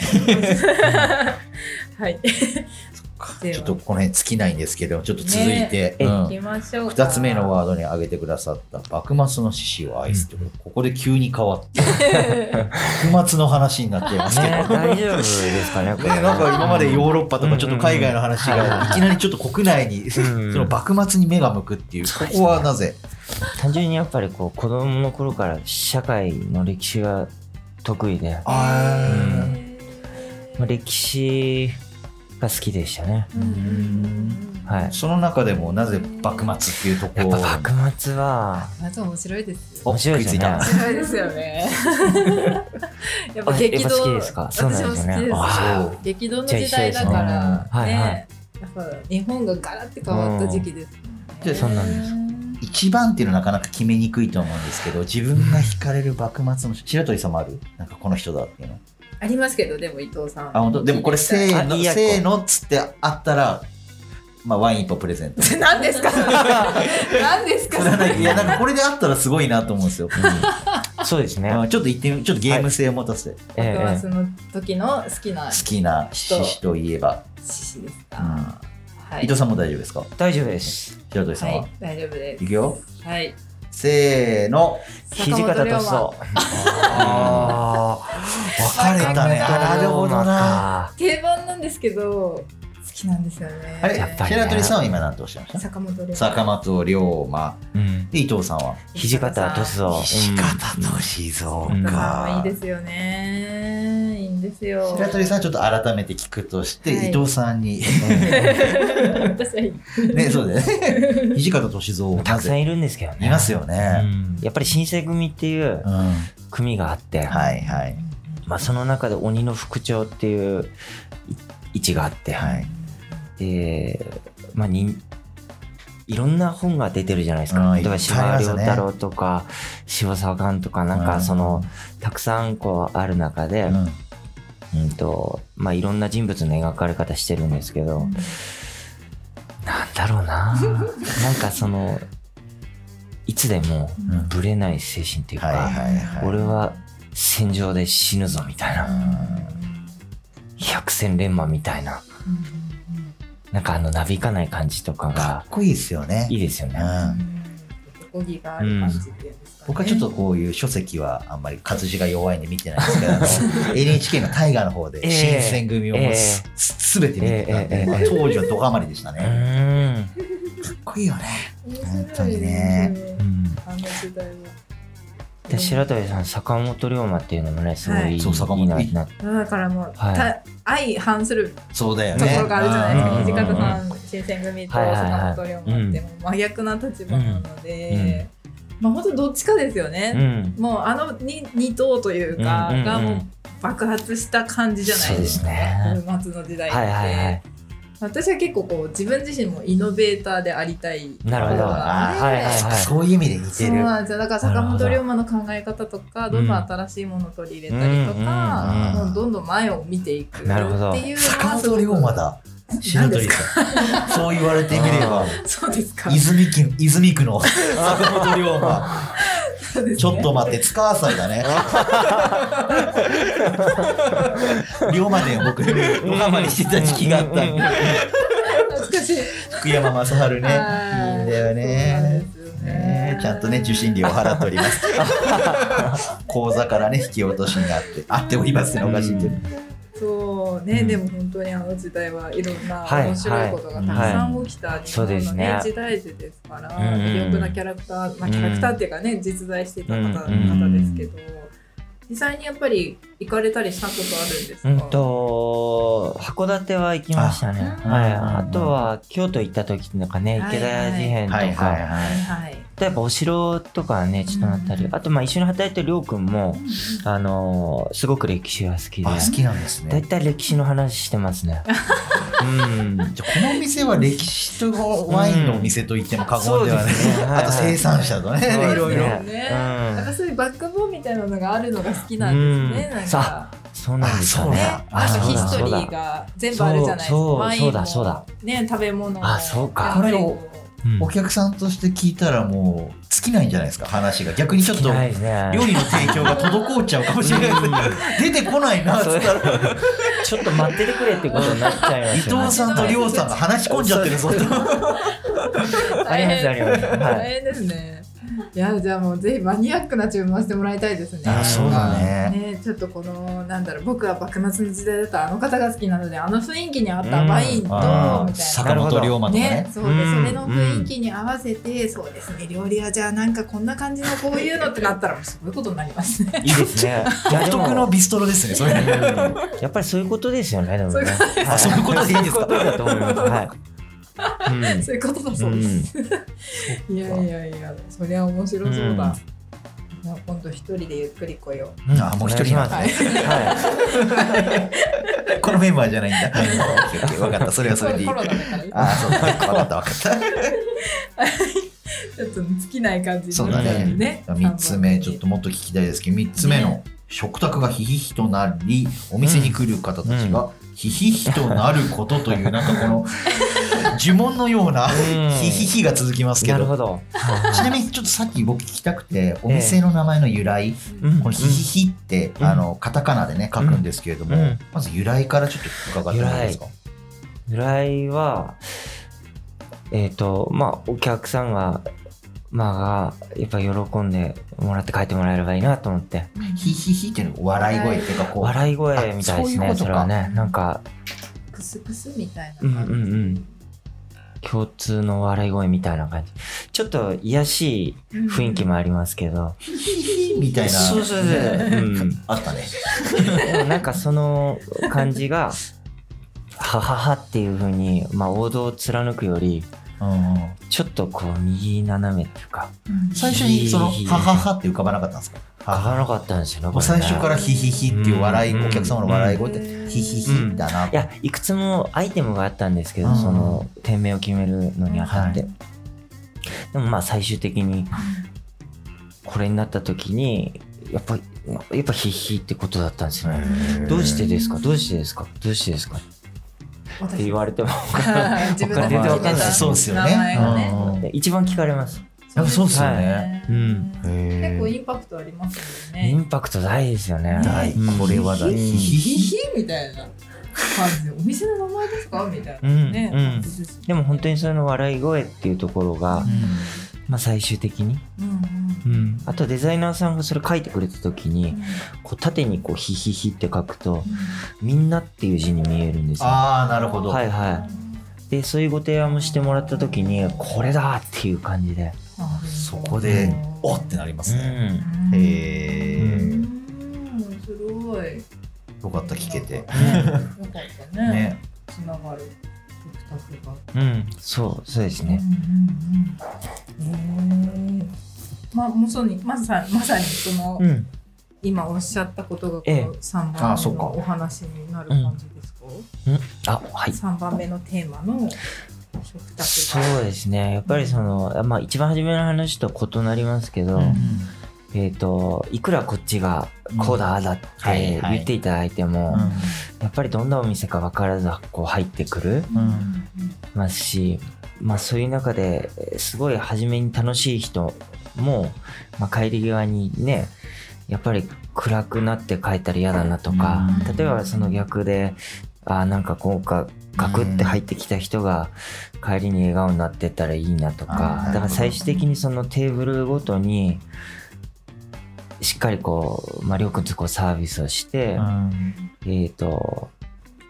A: はい。では
B: ちょっとこの辺尽きないんですけど、ちょっと続いて、
D: ね
B: うん
A: 行きましょうか。
B: 二つ
A: (laughs)
B: 目のワードに挙げてくださった幕末の獅子を愛すってことここで急に変わって、幕末の話になっちゃいますけど。
D: ね
B: ね
D: 大丈夫ですかね
B: (laughs)
D: これ
B: なんか今までヨーロッパとかちょっと海外の話
D: うんうん
B: がいきなりちょっと国内に、そ
D: ん
B: の幕末に目が向くっていう、こ
D: そうですね
B: こはなぜ
D: 単純にやっぱりこう子供の頃から社会の歴史が得意で、
B: あー
D: まあ、歴史が好きでしたね。
A: うん
D: はい。やっ
B: その中でもなぜ幕末っていうところを
D: ぱ幕末は
A: まず面白いですよ。
B: お
D: 面白いですよね
B: 食いついた。
A: 面白いですよ (laughs) ね。やっぱ
D: あ
A: 激
D: やっぱ
A: 動。
D: 好きですかそうなんですよね
A: 私も
B: あ
A: 好きです。激動の時代だから
D: じゃあ一緒ですねはいはい
A: ね。やっぱ日本がガラッて変わった時期ですもんね。
B: うん
D: そうなんです
B: 一番っていうのはなかなか決めにくいと思うんですけど自分が惹かれる幕末の白鳥さんもあるなんかこの人だっていうの
A: ありますけどでも伊藤さん。
B: あ本当でもこれせーの
D: あいいやつ
B: せーのっつってあったらまあワイン一本プレゼント (laughs)
A: 何
D: (laughs)
A: ですかそれ何ですかそれ
B: いやなんかこれであったらすごいなと思うんですよ、
D: そうですね。
B: うんちょっと言ってみちょっとゲーム性を持たせて、
D: ええ
A: 僕はその時の好きな
B: 好
A: 獅
B: きな獅子といえば、
A: 子です
B: う
A: か、
B: ん
A: は
B: 伊
A: い
B: 藤さんも大丈夫ですか
D: 大丈夫です。
B: 白鳥さんは、
A: はい、大丈夫で
B: い、くよ
A: すはい
B: せーの
D: 土方
A: 坂本龍
D: と
A: 馬
D: そう。あ
B: 分かれた
D: (laughs)
B: ね
D: あ、
B: なるほどな。
A: 定番なんですけど好きなんですよね
B: あれ
D: やっぱりね
B: 白鳥さんは今何とおっしゃいました
A: 坂本龍馬
B: 坂本龍馬
D: うん。
B: で伊藤さんは
D: 土方とそう。
B: 静
D: うん
A: 坂本さんもいいですよねいいんですよ
B: 白鳥さんちょっと改めて聞くとして、
A: はい
B: 伊藤さん
A: (laughs)
B: に
A: 私はいい
B: ねそうだよ
A: (laughs)
B: ね土方歳
D: う
B: 三
D: んたくさん
B: い
D: いるんですけどね。
B: いますよ
D: う
B: ね、
D: ん。やっぱり新選組っていう
B: うん
D: 組があって、
B: はいはい
D: まあその中で鬼の副長っていうい位置があって、
B: はい、
D: で、まあにいろんな本が出てるじゃないです
B: う
D: か。
B: ん
D: 例えば
B: いっぱいあ
D: 島
B: り
D: 良
B: ますね
D: 太郎とか、塩沢寛とかなん
B: う
D: か
B: ん
D: その、たくさんこうある中で、
B: うん
D: うんとまあ、いろんな人物の描かれ方してるんですけど、なんだろうななんかそのいつでも
B: うん
D: ぶれない精神っていうか、
B: はいはいはい
D: 俺は戦場で死ぬぞみたいな、百戦錬磨みたいななんかあのなびかない感じとか
B: か
D: が
B: っこいいですよね
D: いいですよね。
B: うん
A: 男気がある感じっていうんですかね
B: 僕はちょっとこういう書籍はあんまり活字が弱いんで見てないんですけどあ
D: (laughs)
B: の NHK の大河の方で
D: ええ
B: 新選組をもう
D: ええ
B: す,、べて見てたんで、
D: ええええ
B: まあ当時はドハマりでした
D: う
B: ね、
D: ーん
B: かっこいいよね
A: 面
B: 本当
A: 白いで
B: に
A: す
B: ね
A: ね
D: うん
A: あの時代は
D: で白鳥さん坂本龍馬っていうのもねすごいいい,、
A: はい
D: い、
B: そう坂本
D: いなな
A: だからもう、
D: はい
A: た相反する
B: そうだよ
A: と
B: ね
A: ころがあるじゃないですか、
D: うん
A: 土方さん新選組と
D: はいはいはい
A: 坂本龍馬ってもう真逆な立場なので、まあ本当どっちかですよ
D: う
A: ね、
D: ん
A: もうあのに二党というか、
D: うんうんうん
A: がもう爆発した感じじゃないですか、
D: そう
A: 末の時代って、
D: はいはいはい
A: 私は結構こう自分自身もイノベーターでありたい
D: なるほど
A: ところがあって
D: はいはいはい
B: そういう意味で似
A: そ
B: て
A: う
B: る
A: なんですよだから坂本龍馬の考え方とかどんどん新しいものを取り入れたりとか、
B: うんうんうん
A: もうどんどん前を見ていくっていう
D: なるほ
A: の
D: ど
B: 坂
A: はすご
B: 本龍
A: く
B: 馬だ白鳥さ
D: (laughs)
B: んそう言われてみれば
A: そうですか
B: 泉区泉区の坂本龍馬
A: そうですね
B: ちょっと待って塚川さんだね龍馬伝を僕ドハマりしてた時期があったんで
A: 懐かしい
B: 福山雅治ね。
A: はい
B: いいんだよね。
A: そうなんですよ
B: ね
A: ね
B: ちゃんとね、受信料を払っております。口座からね、引き落としになって、あっておりますね、おかしいけど。
A: そうね、
D: うん
A: でも本当にあの時代はいろんな
D: はい
A: 面白いことがたくさん起きた日本の、ね
D: はいそうですね
A: 時代でですから
D: うんうん
A: 魅力なキャラクター、まあ、キャラクターっていうかね、実在していた方,、
D: うんうん
A: 方ですけど実際にやっぱり行かれたりしたことあるんですか、
D: うんと函館は行きましたね。
A: あ
D: はい、
B: うんうんうん
D: あとは京都行った時とかね、
A: はい
D: 池田屋事変とか、
B: はいはい
D: あ
A: はい
B: は
A: はい、
D: とやっぱお城とかね、ちょっとあったり、
A: うん
D: あとまあ一緒に働いてるりょうくんも
A: う、ん
D: あのーすごく歴史が好き
B: い。
D: で
B: あ、、好きなんです
D: だ
B: ね
D: い。たい歴史の話してますね。うん。
B: じゃあこの店は歴史とワインのお店と言っても過言ではない。
D: そうですねはい
B: あと生産者とね、
D: そうですね
B: いろいろ。
A: ねやっぱそういうバックボーンみたいなのがあるのが好きなんですね、
D: うん
A: なん
D: さ
A: か
D: そうなんですよ
B: あそう
D: ね
B: だ。
A: ねあと
D: そう
A: ヒ
D: だ
A: ストリ
D: そう
A: ーが全部あるじゃないですか
D: そう
A: ワインも
D: そうだそうだ
A: ね食べ物も
D: あそうか
A: やっぱり
B: これを
A: こう
D: うん
B: お客さんとして聞いたらもう尽きないんじゃないですか、話が。逆にちょっと。
D: ないですね。
B: 料理の提供が滞っ (laughs) ちゃうかもしれないです出てこないなっつったら
D: ちょっと待っててくれってことになっちゃいま
B: 伊
D: すよね。
B: 藤さんと亮さんが話し込んじゃ (laughs) ってるぞと。
D: ありますありますはい
A: 大変ですね。いやじゃあもうぜひマニアックな注文してもらいたいですね。
D: あそうだ
B: ね
A: ねちょっとこのなんだろう僕は幕末の時代だったあの方が好きなのであの雰囲気に合ったワインとみたい
D: あ
A: な
D: ー。
B: 坂本龍馬とか
A: ね
B: ね、。
A: そうで
D: うん
A: それの雰囲気に合わせてそうですね料理屋じゃあなんかこんな感じのこういうのってなったらもうすごいことになりますね。
D: いいですね。いや
B: 独
D: でも
B: 特のビストロですね、そ (laughs) れ。
D: うんやっぱりそういうことですよね、でも
A: そうい
D: ね
A: う。
D: は
B: あそういうことでいいんですか
D: そういうことだと思います。はい。うん
A: そういうことだそうです。いやいやいやそりゃ面白そうだ。じゃあ今度一人でゆっくり来よう。
D: うん
B: あもう一人なん
A: はい。
D: お願いします
B: このメンバーじゃないん (laughs) だ。分かった、それはそれでいい。
A: コロナ
B: あ
A: だからね
B: あ、そうだ、分かった、分かっ
A: ちょっと尽きない感じに
B: そう
D: だ
A: なっ
D: ね
A: ちゃんでね
B: た。3つ目、ちょっと
A: も
B: もっと聞きたいですけど、3つ目の食卓がヒヒヒとな
D: (laughs)
B: り、お店に来る方たちがヒヒヒとなることという、なんかこの、呪文のような、
D: ん
B: ヒヒヒが続きますけ
D: なる
B: ど。
D: ほど。
B: ちなみにちょっとさっき僕聞きたくて、お店の名前の由来、
D: うん
B: このヒヒヒって、
D: うん
B: あの、カタカナでね、書くんですけれども、
D: うん
B: まず由来からちょっと伺ってもらえますか
D: 由来はえっ、とまあお客さんがまあがやっぱ喜んでもらって帰ってもらえればいいなと思って
B: ヒヒヒっていうの笑い声っていうか、こう、
D: 笑い声みたいです
B: あそういうこと
D: ね
B: か
D: それはねなんか
A: クスクスみたいな
D: うんう
A: 感
D: ん
A: じ、
D: うん共通の笑い声みたいな感じちょっと癒やしい雰囲気もありますけど、
B: ヒヒヒみたいな。
D: そうそうそう、うん、
B: あったね。
D: でもなんかその感じが「ははは」っていう風にまあ王道を貫くより
B: うん
D: ちょっとこう右斜めっていうか
B: 最初にその、
D: ヒヒヒ
B: はははって浮かばなかったんですか
D: 上がらなかったんですよねこれ
B: もう
D: ね
B: 最初からヒヒヒっていう笑い、
D: うん
B: お客様の笑い声って、ヒヒヒだな。
D: いやいくつもアイテムがあったんですけど、
B: うん
D: その店名を決めるのにあたって、でもまあ最終的にこれになった時にやっぱりやっぱヒヒってことだったんですよね、どうしてですかどうしてですかどうしてですかって言われても
A: 自分
D: 他
A: で決
D: に出てわ
A: め
D: かんない
A: た
B: そうですよね。
A: 名前がね
B: うんうん
D: 一番聞かれます
B: やっぱそうですよね
D: うん
A: 結
B: へ
A: 構
B: ー
A: インパクトありますよ
D: イ
A: ね
D: ンパクト大ですよね
B: 大
D: うん
B: これは大
D: うん
B: ヒヒ
A: ヒヒみたいな感じでお店の名前ですかみたいな
D: うん
A: ね、
D: うん
A: 感じです
D: でも本当にその笑い声っていうところが、まあ最終的に、
A: うんうん
D: うん、あとデザイナーさんがそれ書いてくれた時に、こう縦にこうヒヒヒって書くと、みんなっていう字に見えるんですよ。は
B: ああ、なるほど。
D: いはい。で、そういうご提案もしてもらった時に、これだっていう感じで。
B: そこで、おってなりますね。
A: う
B: へえ、
A: ん面白い
B: よかった、聞けて
A: よ。かったね
B: ね、
A: つながる食卓が
D: うん。うん。そう、そうですね。
A: うんうんうんへえまあもうそうにまさにまさにその、
D: うん。
A: 今おっしゃったことがこ
D: ええ
A: の三
B: あ
A: 番
B: あそ
A: 目
B: っか
A: のお話になる感じですか、
D: あ、はい。
A: 三番目のテーマの食卓
D: そうですね。やっぱりその、まあ一番初めの話と異なりますけど、えっと、いくらこっちがこうだ、ああだって
B: はいはい
D: 言っていただいても、やっぱりどんなお店か分からずこう入ってくる
B: うん
D: ますし、まあ、そういう中でえーすごい初めに楽しい人も、まあ、帰り際にねやっぱり暗くなって帰ったら嫌だなとか
B: うん
D: 例えばその逆であーなんかこうかガクって入ってきた人が帰りに笑顔になってったらいいなと
B: あ
D: か
B: ー
D: だから最終的にそのテーブルごとにしっかりこう、まあ、りょうくんとこうサービスをして、えー、と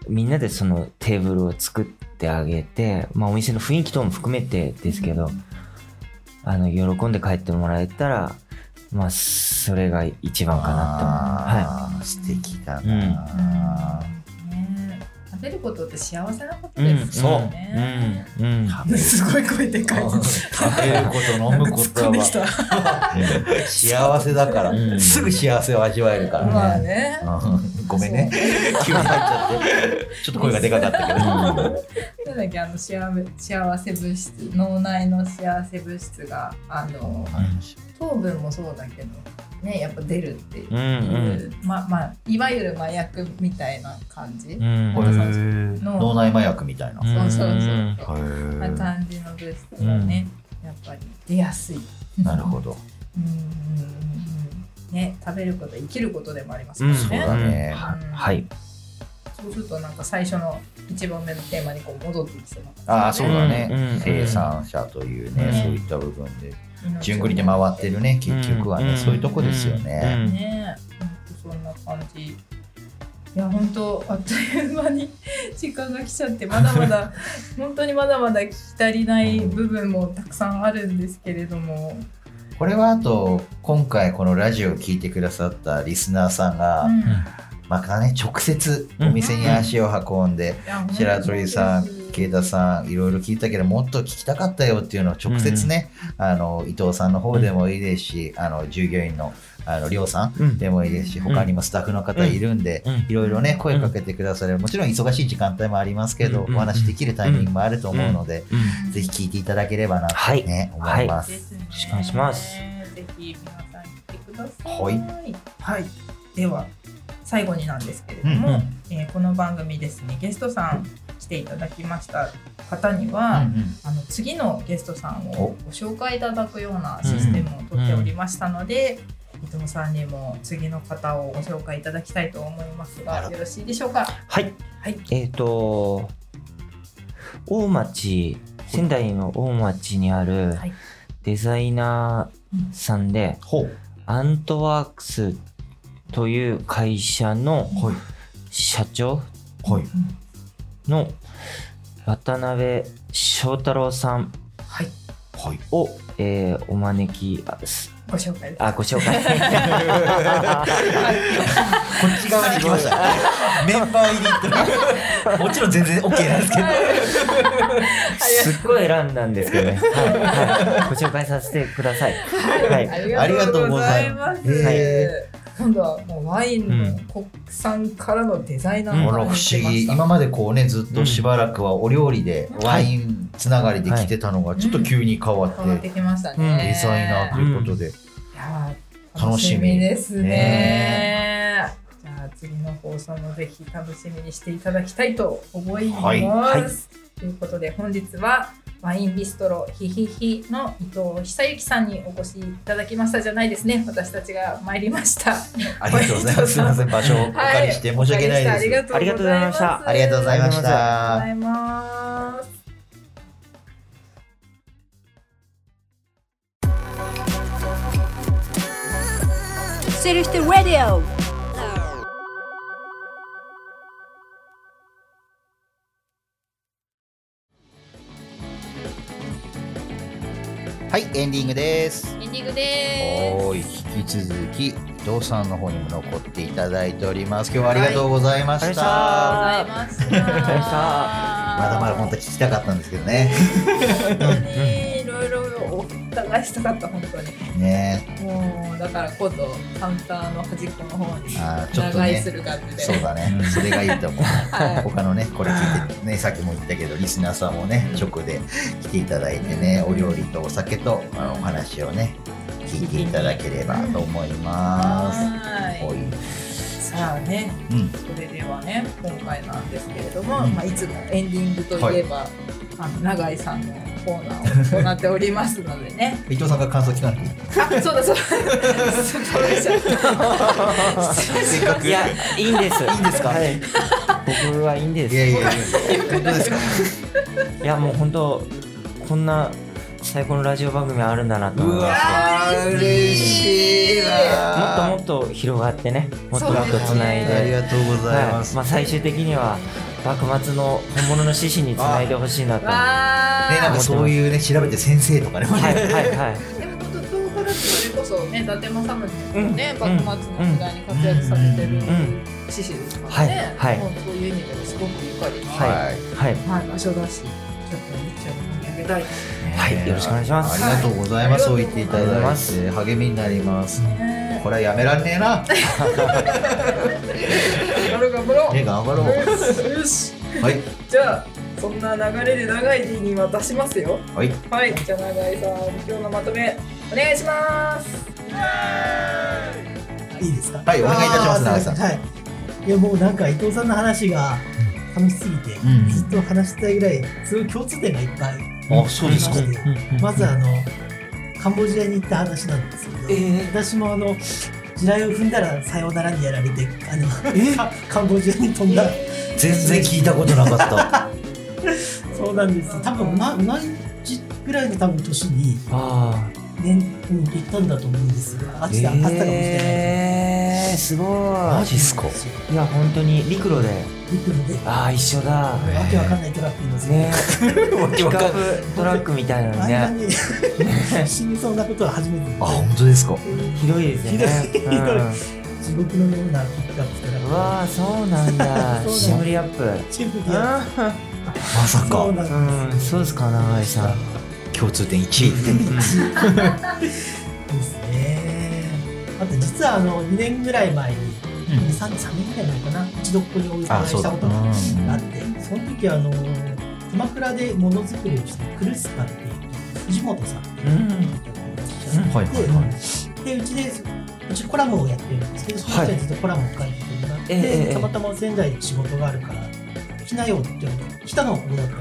D: みんなでそのテーブルを作ってあげて、まあ、お店の雰囲気等も含めてですけど、あの喜んで帰ってもらえたら、まあ、それが一番かな
B: あー素敵だな。
A: ね食べることって幸せなこと
D: と。はい、
A: ですよね、
D: うんうんうん
B: 食べ
A: (laughs)
B: る
A: すごい声でかいです
B: 食べること飲むこ
A: 突っ
B: と
A: 込んできた
B: は (laughs) 幸せだから、
D: うん
B: すぐ幸せを味わえるから
A: まあ
B: ね。
A: ね
B: うんごめんね。急に入っちゃって。ちょっと声がでかかったけど。
A: なんだっけあの幸せ幸せ物質脳内の幸せ物質があの糖分もそうだけどねやっぱ出るっていう、
D: うんうん
A: ままあいわゆる麻薬みたいな感じ、
D: うん
B: これ脳内麻薬みたいな。
A: そうそうそうそう、
D: うん
A: な感じの物質がね、やっぱり出やすい
B: なるほど。
A: うんうんうんね食べること生きることでもあります
D: うん
A: からね、
B: だね
D: ははい、
A: そうするとなんか最初の一番目のテーマにこう戻ってきそう
B: ああ、そうだ
D: うんうんう
B: ね
D: ん。
B: 生産者というね、
A: ね
B: そういった部分で。
A: な
B: 順繰りで回ってるね、結局は
D: う
B: ね、
D: ん
B: そういうとこですよね。
D: うん
A: ねほんとそんな感じいや本当あっという間に時間が来ちゃってまだま
B: (laughs)
A: だ本当にまだまだ聞き足りない部分もたくさんあるんですけれども、
B: これはあと、今回このラジオを聞いてくださったリスナーさん
A: う
B: が、
A: ん
B: またね、直接お店に足を運んで、
A: いや本当に
B: 白鳥さん
A: そうです、
B: 慶田さん、いろいろ聞いたけど、もっと聞きたかったよっていうのを直接ね、あの伊藤さんの方でもいいですし、あの従業員のあの亮さん
D: うん
B: でもいいですし、他にもスタッフの方いるんで、
D: うん
B: いろいろね、声かけてくださる、もちろん忙しい時間帯もありますけど、
D: うん
B: お話できるタイミングもあると思うので、
D: うん
B: ぜひ聞いていただければなと、
D: はい
B: ね
D: は
B: 思
D: い
B: います。
A: ですね
D: よろしくお願いします
A: ぜひ皆さん来てください
B: はい
A: はいでは最後になんですけれども、えーこの番組ですねゲストさん来ていただきました方には、あの次のゲストさん
B: お
A: をご紹介いただくようなシステムをとっておりましたので、伊藤さんにも次の方をご紹介いただきたいと思います
B: あ
A: が
B: ら
A: よろしいでしょうか
D: はい。
A: はい
D: えっ、と、大町、仙台の大町にある
A: はい
D: デザイナーさんで、
B: ほう。
D: アントワークスという会社の
B: はい。
D: 社長
B: はい。
D: の渡辺翔太郎さん
A: はい
B: はい。
D: を、えーお招きあす
A: ご紹介です
D: あご紹介
B: こっち側に来ま
D: (laughs)
B: した。メンバー入りって。 (laughs) もちろん全然 OK なんですけど。
D: すっごい選んだんですけどね、はいはい、ご紹介させてください、はい、
A: ありがとうございます。
B: ありがとうございますへ
A: 今度はもうワイン
D: う
A: の
D: ん
A: 国産からのデザイナー
D: うん
B: ほら不
A: 話して
B: 思
A: ま
B: 議
A: した
B: 今までこうねずっとしばらくはお料理で
A: うん
B: ワインつながりで来てたのが
A: い
B: ちょっと急に変わ
A: 変わ
B: っ
A: って
B: て
A: きましたね。
D: うん
B: デザイナーということで
A: いやー
B: 楽しみ
A: ですね。
B: ね
A: じゃあ次の放送もぜひ楽しみにしていただきたいと思います。
B: はい
D: はい
A: ということで本日はワインビストロヒヒヒの伊藤久之さんにお越しいただきましたじゃないですね。私たちが参りました。
B: ありがとうござい (laughs) ますすいません場所をお借りして申し訳ない
A: はい
B: で
A: お借りして
B: す
A: ありがとうございました。
B: ありがとうございまし
A: あ
B: た
A: りがとうございます。
C: セルフテラディオ
B: はいエンディングです
A: エンディングで
B: はい、引き続き伊藤さんの方にも残っていただいております。今日はありがとうございました。
D: は
A: ありがとうございました。
B: まだまだ本当は聞きたかったんですけどね。
A: 本当にいろいろお伺いしたかった本当に
B: ね
A: もうだから今度カウンターの端っこの方に
B: あーちょっと
A: 長
B: ね
A: 居する感じで、
B: そうだね。それがいいと思う。
A: はい
B: 他のね、これ聞いてね、さっきも言ったけど、リスナーさんもね、直で来ていただいてね、お料理とお酒とあのお話をね、聞いていただければと思います。
A: は
B: おい、うん、
A: いさあねそれではね今回なんですけれども、
B: うん
A: まあ、いつもエンディングといえば、あの永井さんのコーナーを行っておりますのでね
B: 伊藤さんが感想聞かなくていい。
A: あそう
B: (laughs)
A: だそうだそうでした失礼しました
D: いやいいんですいいんですか、はい、僕はいいんです
B: いやいやいや、本当ですか。
D: いやもう本当こんな最高のラジオ番組あるんだなと思
B: う
D: いま
B: わ
D: し
B: ー嬉しい
D: たもっと
B: わ
D: もっと広がってねもっと
A: そう
D: も
A: だ
D: っ
A: ね
D: とつない
B: あり
D: で、
B: がとうござい
D: は
B: ま
D: い
B: す、
D: まあ、最終的には幕末の本物の獅子につないでほしいなと思いま
A: わー
B: ねなんかそういうね調べて先生とかね、
D: すはいはいはい
A: でも本当遠からずそれこそね伊達政宗
D: う
A: も
D: ん
A: ね、
D: うん
A: 幕末の時代に活躍されてる
B: うん
A: 獅子ですからね、
D: はいはい
A: もうそういう意味でもすごくゆかりの
D: は
A: はいい、
D: はい
A: 場所だしちょっとめっちゃ盛り上げたいです
D: はい
B: ね
D: よろしくお願いします
B: ありがとうございま
A: は
B: す、
A: い
B: そう言っていただいて励みになります
A: ね
B: これはやめらんねえな
A: 頑張ろう頑張ろう
B: ね頑張ろう
A: よし
B: はい
A: じゃあそんな流れで長い D に渡しますよ
B: はい
A: はいじゃあ長井さん今日のまとめお願いします
E: いいですか
B: はいお願いいたします永井さん
E: あーはいいやもうなんか伊藤さんの話が楽しすぎて、
B: ん
E: ずっと話したいぐらいすごい共通点がいっぱい
B: あそうですか
E: ありましてまずあのカンボジアに行った話なんですけど、私もあの地雷を踏んだらさようならにやられてあの、カ (laughs) カンボジアに飛んだ、
B: 全然聞いたことなかった
E: そうなんです多分な同じぐらいの多分年に
D: あ
E: 年、うん、行ったんだと思うんですがあ
D: あ
E: っちであったかもしれないで
D: えー、すご
B: マ
D: い
B: ジっすか
D: いや本当に陸路で
E: す行くので
D: ああ一緒だ
B: えー
E: わけわかんないトラックに乗せて、
D: ね
B: わけ
D: ピ
B: わ
D: ックア
B: かん
D: ッ
B: ない
D: プトラックみたいなの
E: あんな
D: ね
E: に死にそうなことは初めて
B: あ本当ですか
D: 広いですよね
E: ひどいひどい
D: うん
E: 地獄のようなピックアップか
D: う
E: ら
D: わあそうなんだ
E: そうだ
D: シムリアップ
E: チームでや
D: あー
B: まさ
E: そう
B: か
E: なん
D: うん
E: です
D: そうですか永井さん
B: 共通点1位
E: ですねあと実はあの2年ぐらい前に
B: うん
E: 3, 3年ぐらい前かな一度ここにお伺
B: あ
E: い
B: そう
E: した
B: だ
E: ことがあってその時あの鎌倉でものづくりをしてクルスカっていう藤本さんっていう方がいらっしゃっ
D: う
E: て
D: ん
B: はいはいはい
E: でうちでうちコラムをやってるんですけどその人にずっとコラムを書いてもらって、
D: ええええ
E: たまたま仙台で仕事があるから来なよって言われて来たのはここだった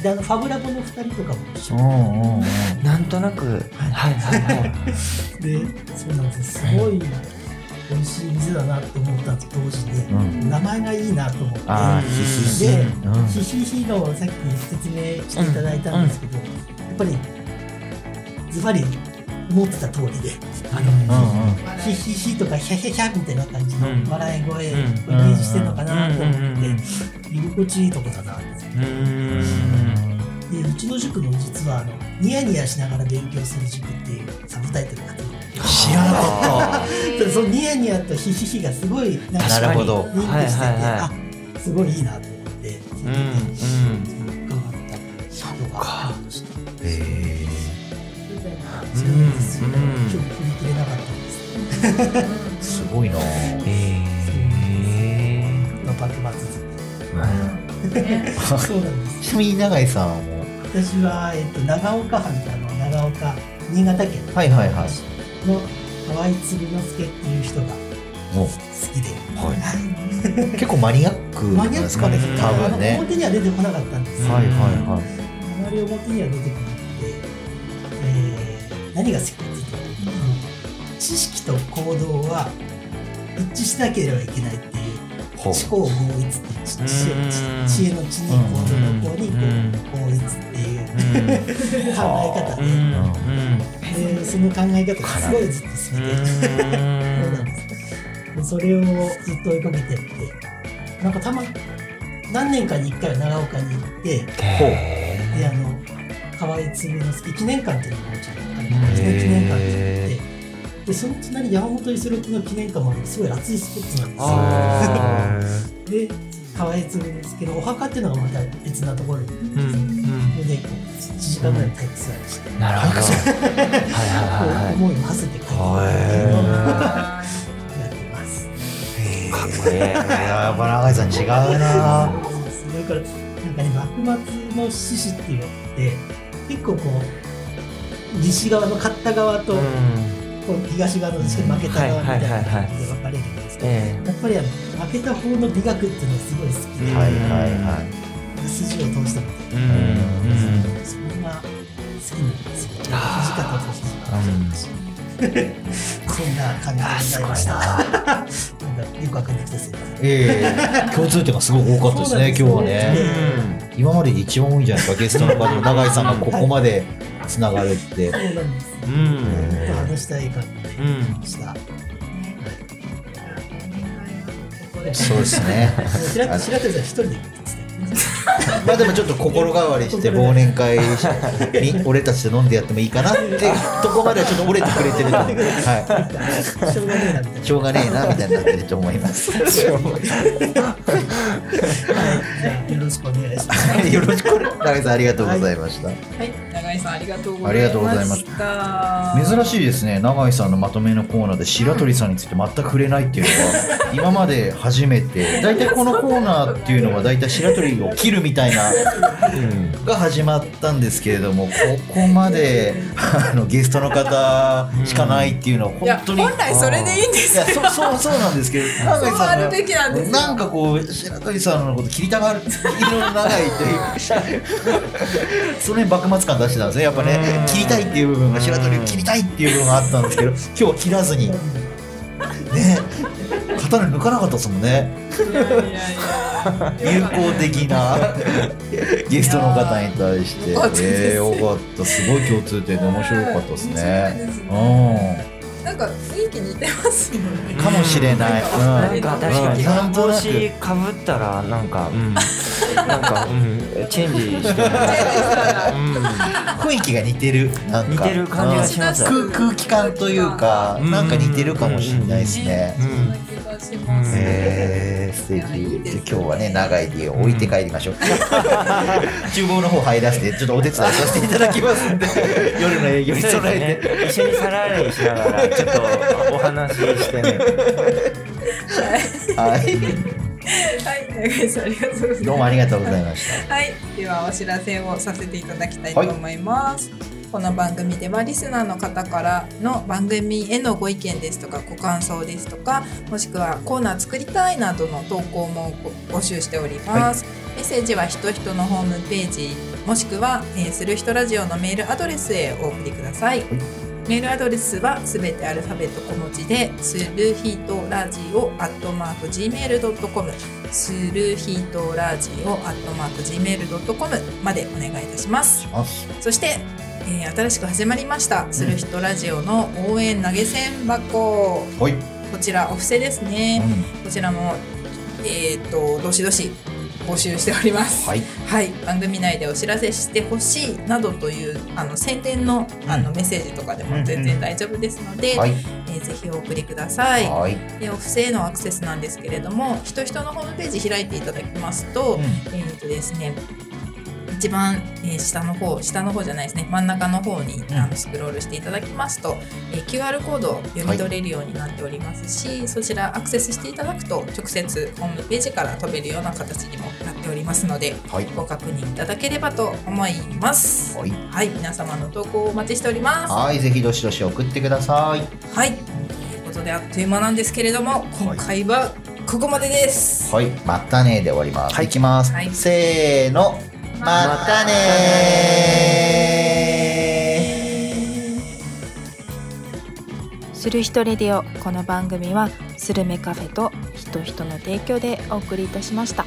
D: へ
E: であのファブラボの2人とかも一緒
B: うんうんうん。
D: ーなんとなく、はいはいはい。
E: でそうなんですすごい美味しい店だなって思ったと同時
B: う
E: に
B: ん
E: 名前がいいなと思って
B: あーひ
D: ひひ
E: で
B: うん
E: ヒヒヒのさっき説明していただいたんですけど、やっぱりズバリ思ってた通りであの、
B: うんうん。
E: ヒヒヒとかヒャヒャヒャみたいな感じの
D: うん
E: 笑い声をイ
D: うん
E: メージしてるのかなと思
D: うんうん
E: っ
D: うん
E: て居心地いいとこだなって
D: うーん。
E: でうちの塾も実はあのニヤニヤしながら勉強する塾っていうサブタイトルがあって
B: 知らなかっ
E: でそのニヤニヤとヒヒヒがすごいなん
B: た。
E: か
B: な
D: 確か
B: る
D: に
B: ほど。
E: リンクしてて、
D: はいはいは
E: あすごいいいなと思って
D: うんうん
E: 伺ったことがありました。
B: え
E: そうなんですよ、
D: うん
E: 今日振り切れなかった
D: (laughs)
E: んです
B: ー、すごいな。
D: えー
E: まあ幕末そうなんです
B: ちなみに永井さんはもう
E: 私は、えっと、長岡藩ってあの長岡新潟県
B: はいはいはい
E: の河合鶴之助っていう人が好
B: もう
E: きで、は
B: 結構マニアック
E: い、
B: な
E: マ
B: ん
E: ニア
B: です
E: ッ
B: か
E: ク
B: ね
E: ですね
B: 多分
E: あの
B: ね
E: 表には出てこなかったんですよ
D: の
E: あ
D: 表にはいはい
E: まり表には出てこなくて、えー、何が好きかっていうと、知識と行動は一致しなければいけないっていう
B: ほう
E: 思考合一っていう知知
D: うん
E: 知恵の知に行動の行にこ
D: うん
E: う合一っていう考え方
D: う
E: で、
D: ん
E: でその考え方がすごいずっと好きで、そうなんですでそれをずっと追いかけてってなんかたま何年かに1回は長岡に行ってであの河合鶴之助記念館っていうのがもちろんあるんですね記念館に行って。でその隣山本五十六の記念館まですごい熱いスポットなんですよ。で河合鶴之助のお墓っていうのがまた別なところにのでこう1時間ぐらい体育座りして、
D: なるほど。
E: こう
D: は
E: 思いを馳せて帰ってくるっていうのを (laughs) やってます。
B: へー
D: いはいはい。え
B: いややっぱ永井さん違うな
E: そうですだからなんかね幕末の志士っていうのって結構こう西側の勝った側と、こう東側の負けた側みたいな感じで分かれるんですけど、
D: え
E: やっぱりあの負けた方の美学っていうのがすごい好きで、
B: はいはいは
E: 筋を通したみたい
D: うんうん
E: なそれが好きなんですよ。土方歳三そんな感じで
D: あ
E: ござ
D: す
E: い
D: ごい
E: ました。
D: な。
E: なんかよくわかんなくてすいません。
B: いええ共通点がすごく多かったですね
E: そ
B: 今日
E: うな
B: は
E: んですよ
B: ね今までで一番多いんじゃないですかゲストの方の永井さんがここまでつながるって
E: そうなんです。
D: う
E: ち
D: ん
E: ょっと話したい感じで
D: うん。
E: した。
B: そうですね
E: 白鳥白鳥さん一人で行くんですね。
B: まあでもちょっと心変わりして忘年会に俺たちと飲んでやってもいいかなってとこまではちょっと折れてくれてるので、は
E: しょうがねえなみたい
B: い、
E: な。
B: しょうがねえなみたいになってると思い (laughs) ます。
E: はい。じゃあよろしくお願いします。
B: よろしくお願い永井さんありがとうございま (laughs) した。
A: はい、長井さんありがとうご
B: ありがとうござ
A: ざ
B: い
A: い
B: ま
A: ま
B: し
A: した。
B: 珍しいですね永井さんのまとめのコーナーで白鳥さんについて全く触れないっていうの
A: (laughs)
B: は今まで初めて大体このコーナーっていうのは大体白鳥を切るみたいなが始まったんですけれどもここまであのゲストの方しかないっていうのは本
A: いや
B: 当に
A: 本来それでいいんです
B: いやそそうそうなんですけど永井
A: そう
B: さ
A: あ
B: んが
A: るべきなんですよ
B: なんかこう白鳥さんのこと切りたがる色の長いというそれに幕末感出してたんですねやっぱ
D: う
B: ね
D: ん
B: 切りたいっていう部分が白鳥を切りたいっていう部分があったんですけど今日は切らずにね刀抜かなかったですもんね
A: (laughs) いやいやいやいや
B: 友好的なゲストの方に対して
A: よかったです
B: えーよかったすごい共通点で面白かったです
A: 面白い
B: ね
A: です
B: うん
A: なんか雰囲気似てますよね。
B: かもしれない。
A: うん
D: (laughs) なんか確かに
B: うんなんと
D: 帽
B: なく
D: 子かぶったらなんかうんなんかうんチェンジしてる
B: 雰囲気が似てる。なん
D: 似
B: か
D: てる感じがします
B: うん空空気感というか、
D: うん
B: なんか似てるかもしれないですね。
A: そんな気がします。
B: えー、素敵で今日はね長い家を置いて帰りまし (laughs) ょう、厨房の方入らせてちょっとお手伝いさせていただきますん (laughs) で夜の営業に
D: そう
B: 備
D: で
B: え
D: す
B: て、
D: ね一緒に皿洗いしながらちょっとお話ししてね
B: は
A: は
B: い
A: い、長井さんありがとうございます。
B: どうもありがとうございました
A: はい、ではお知らせをさせていただきたいと思います。この番組ではリスナーの方からの番組へのご意見ですとかご感想ですとかもしくはコーナー作りたいなどの投稿もご募集しております、メッセージはひとひとのホームページもしくは、えーするひとラジオのメールアドレスへお送りください、メールアドレスはすべてアルファベット小文字で、するひとラジオアットマーク Gmail.com、するひとラジオアットマーク Gmail.com までお願いいたします。
B: ます
A: そして、えー新しく始まりました、するひとラジオの応援投げ銭箱。
B: ほい、
A: こちらお布施ですね。
B: う
A: こちらも、えっ、と、どしどし募集しております
B: ん、。はい
A: はい、番組内でお知らせしてほしいなどというあの宣伝のあの
B: う
A: メッセージとかで
B: うんう
A: も
B: ん
A: 全然大丈夫ですので、
B: はい
A: えーぜひお送りください。
B: はい、
A: でお布施へのアクセスなんですけれども「ひとひと」のホームページ開いていただきますと,、えーとですね、一番、えー下の方下の方じゃないですね真ん中の方に
B: ん
A: あのスクロールしていただきますと、えー QR コードを読み取れるようになっておりますし、そちらアクセスしていただくと直接ホームページから飛べるような形にもなっておりますので。
B: はい
A: ご確認いただければと思います。
B: はい
A: はい、皆様の投稿をお待ちしております。は
B: はいぜひどしどし送ってください
A: い、ということであっという間なんですけれども、今回はここまでです。
B: はいまたねーで終わります、はい、きます、
A: はい
B: せーのまたねー
C: する人レディオこの番組はスルメカフェと人人の提供でお送りいたしました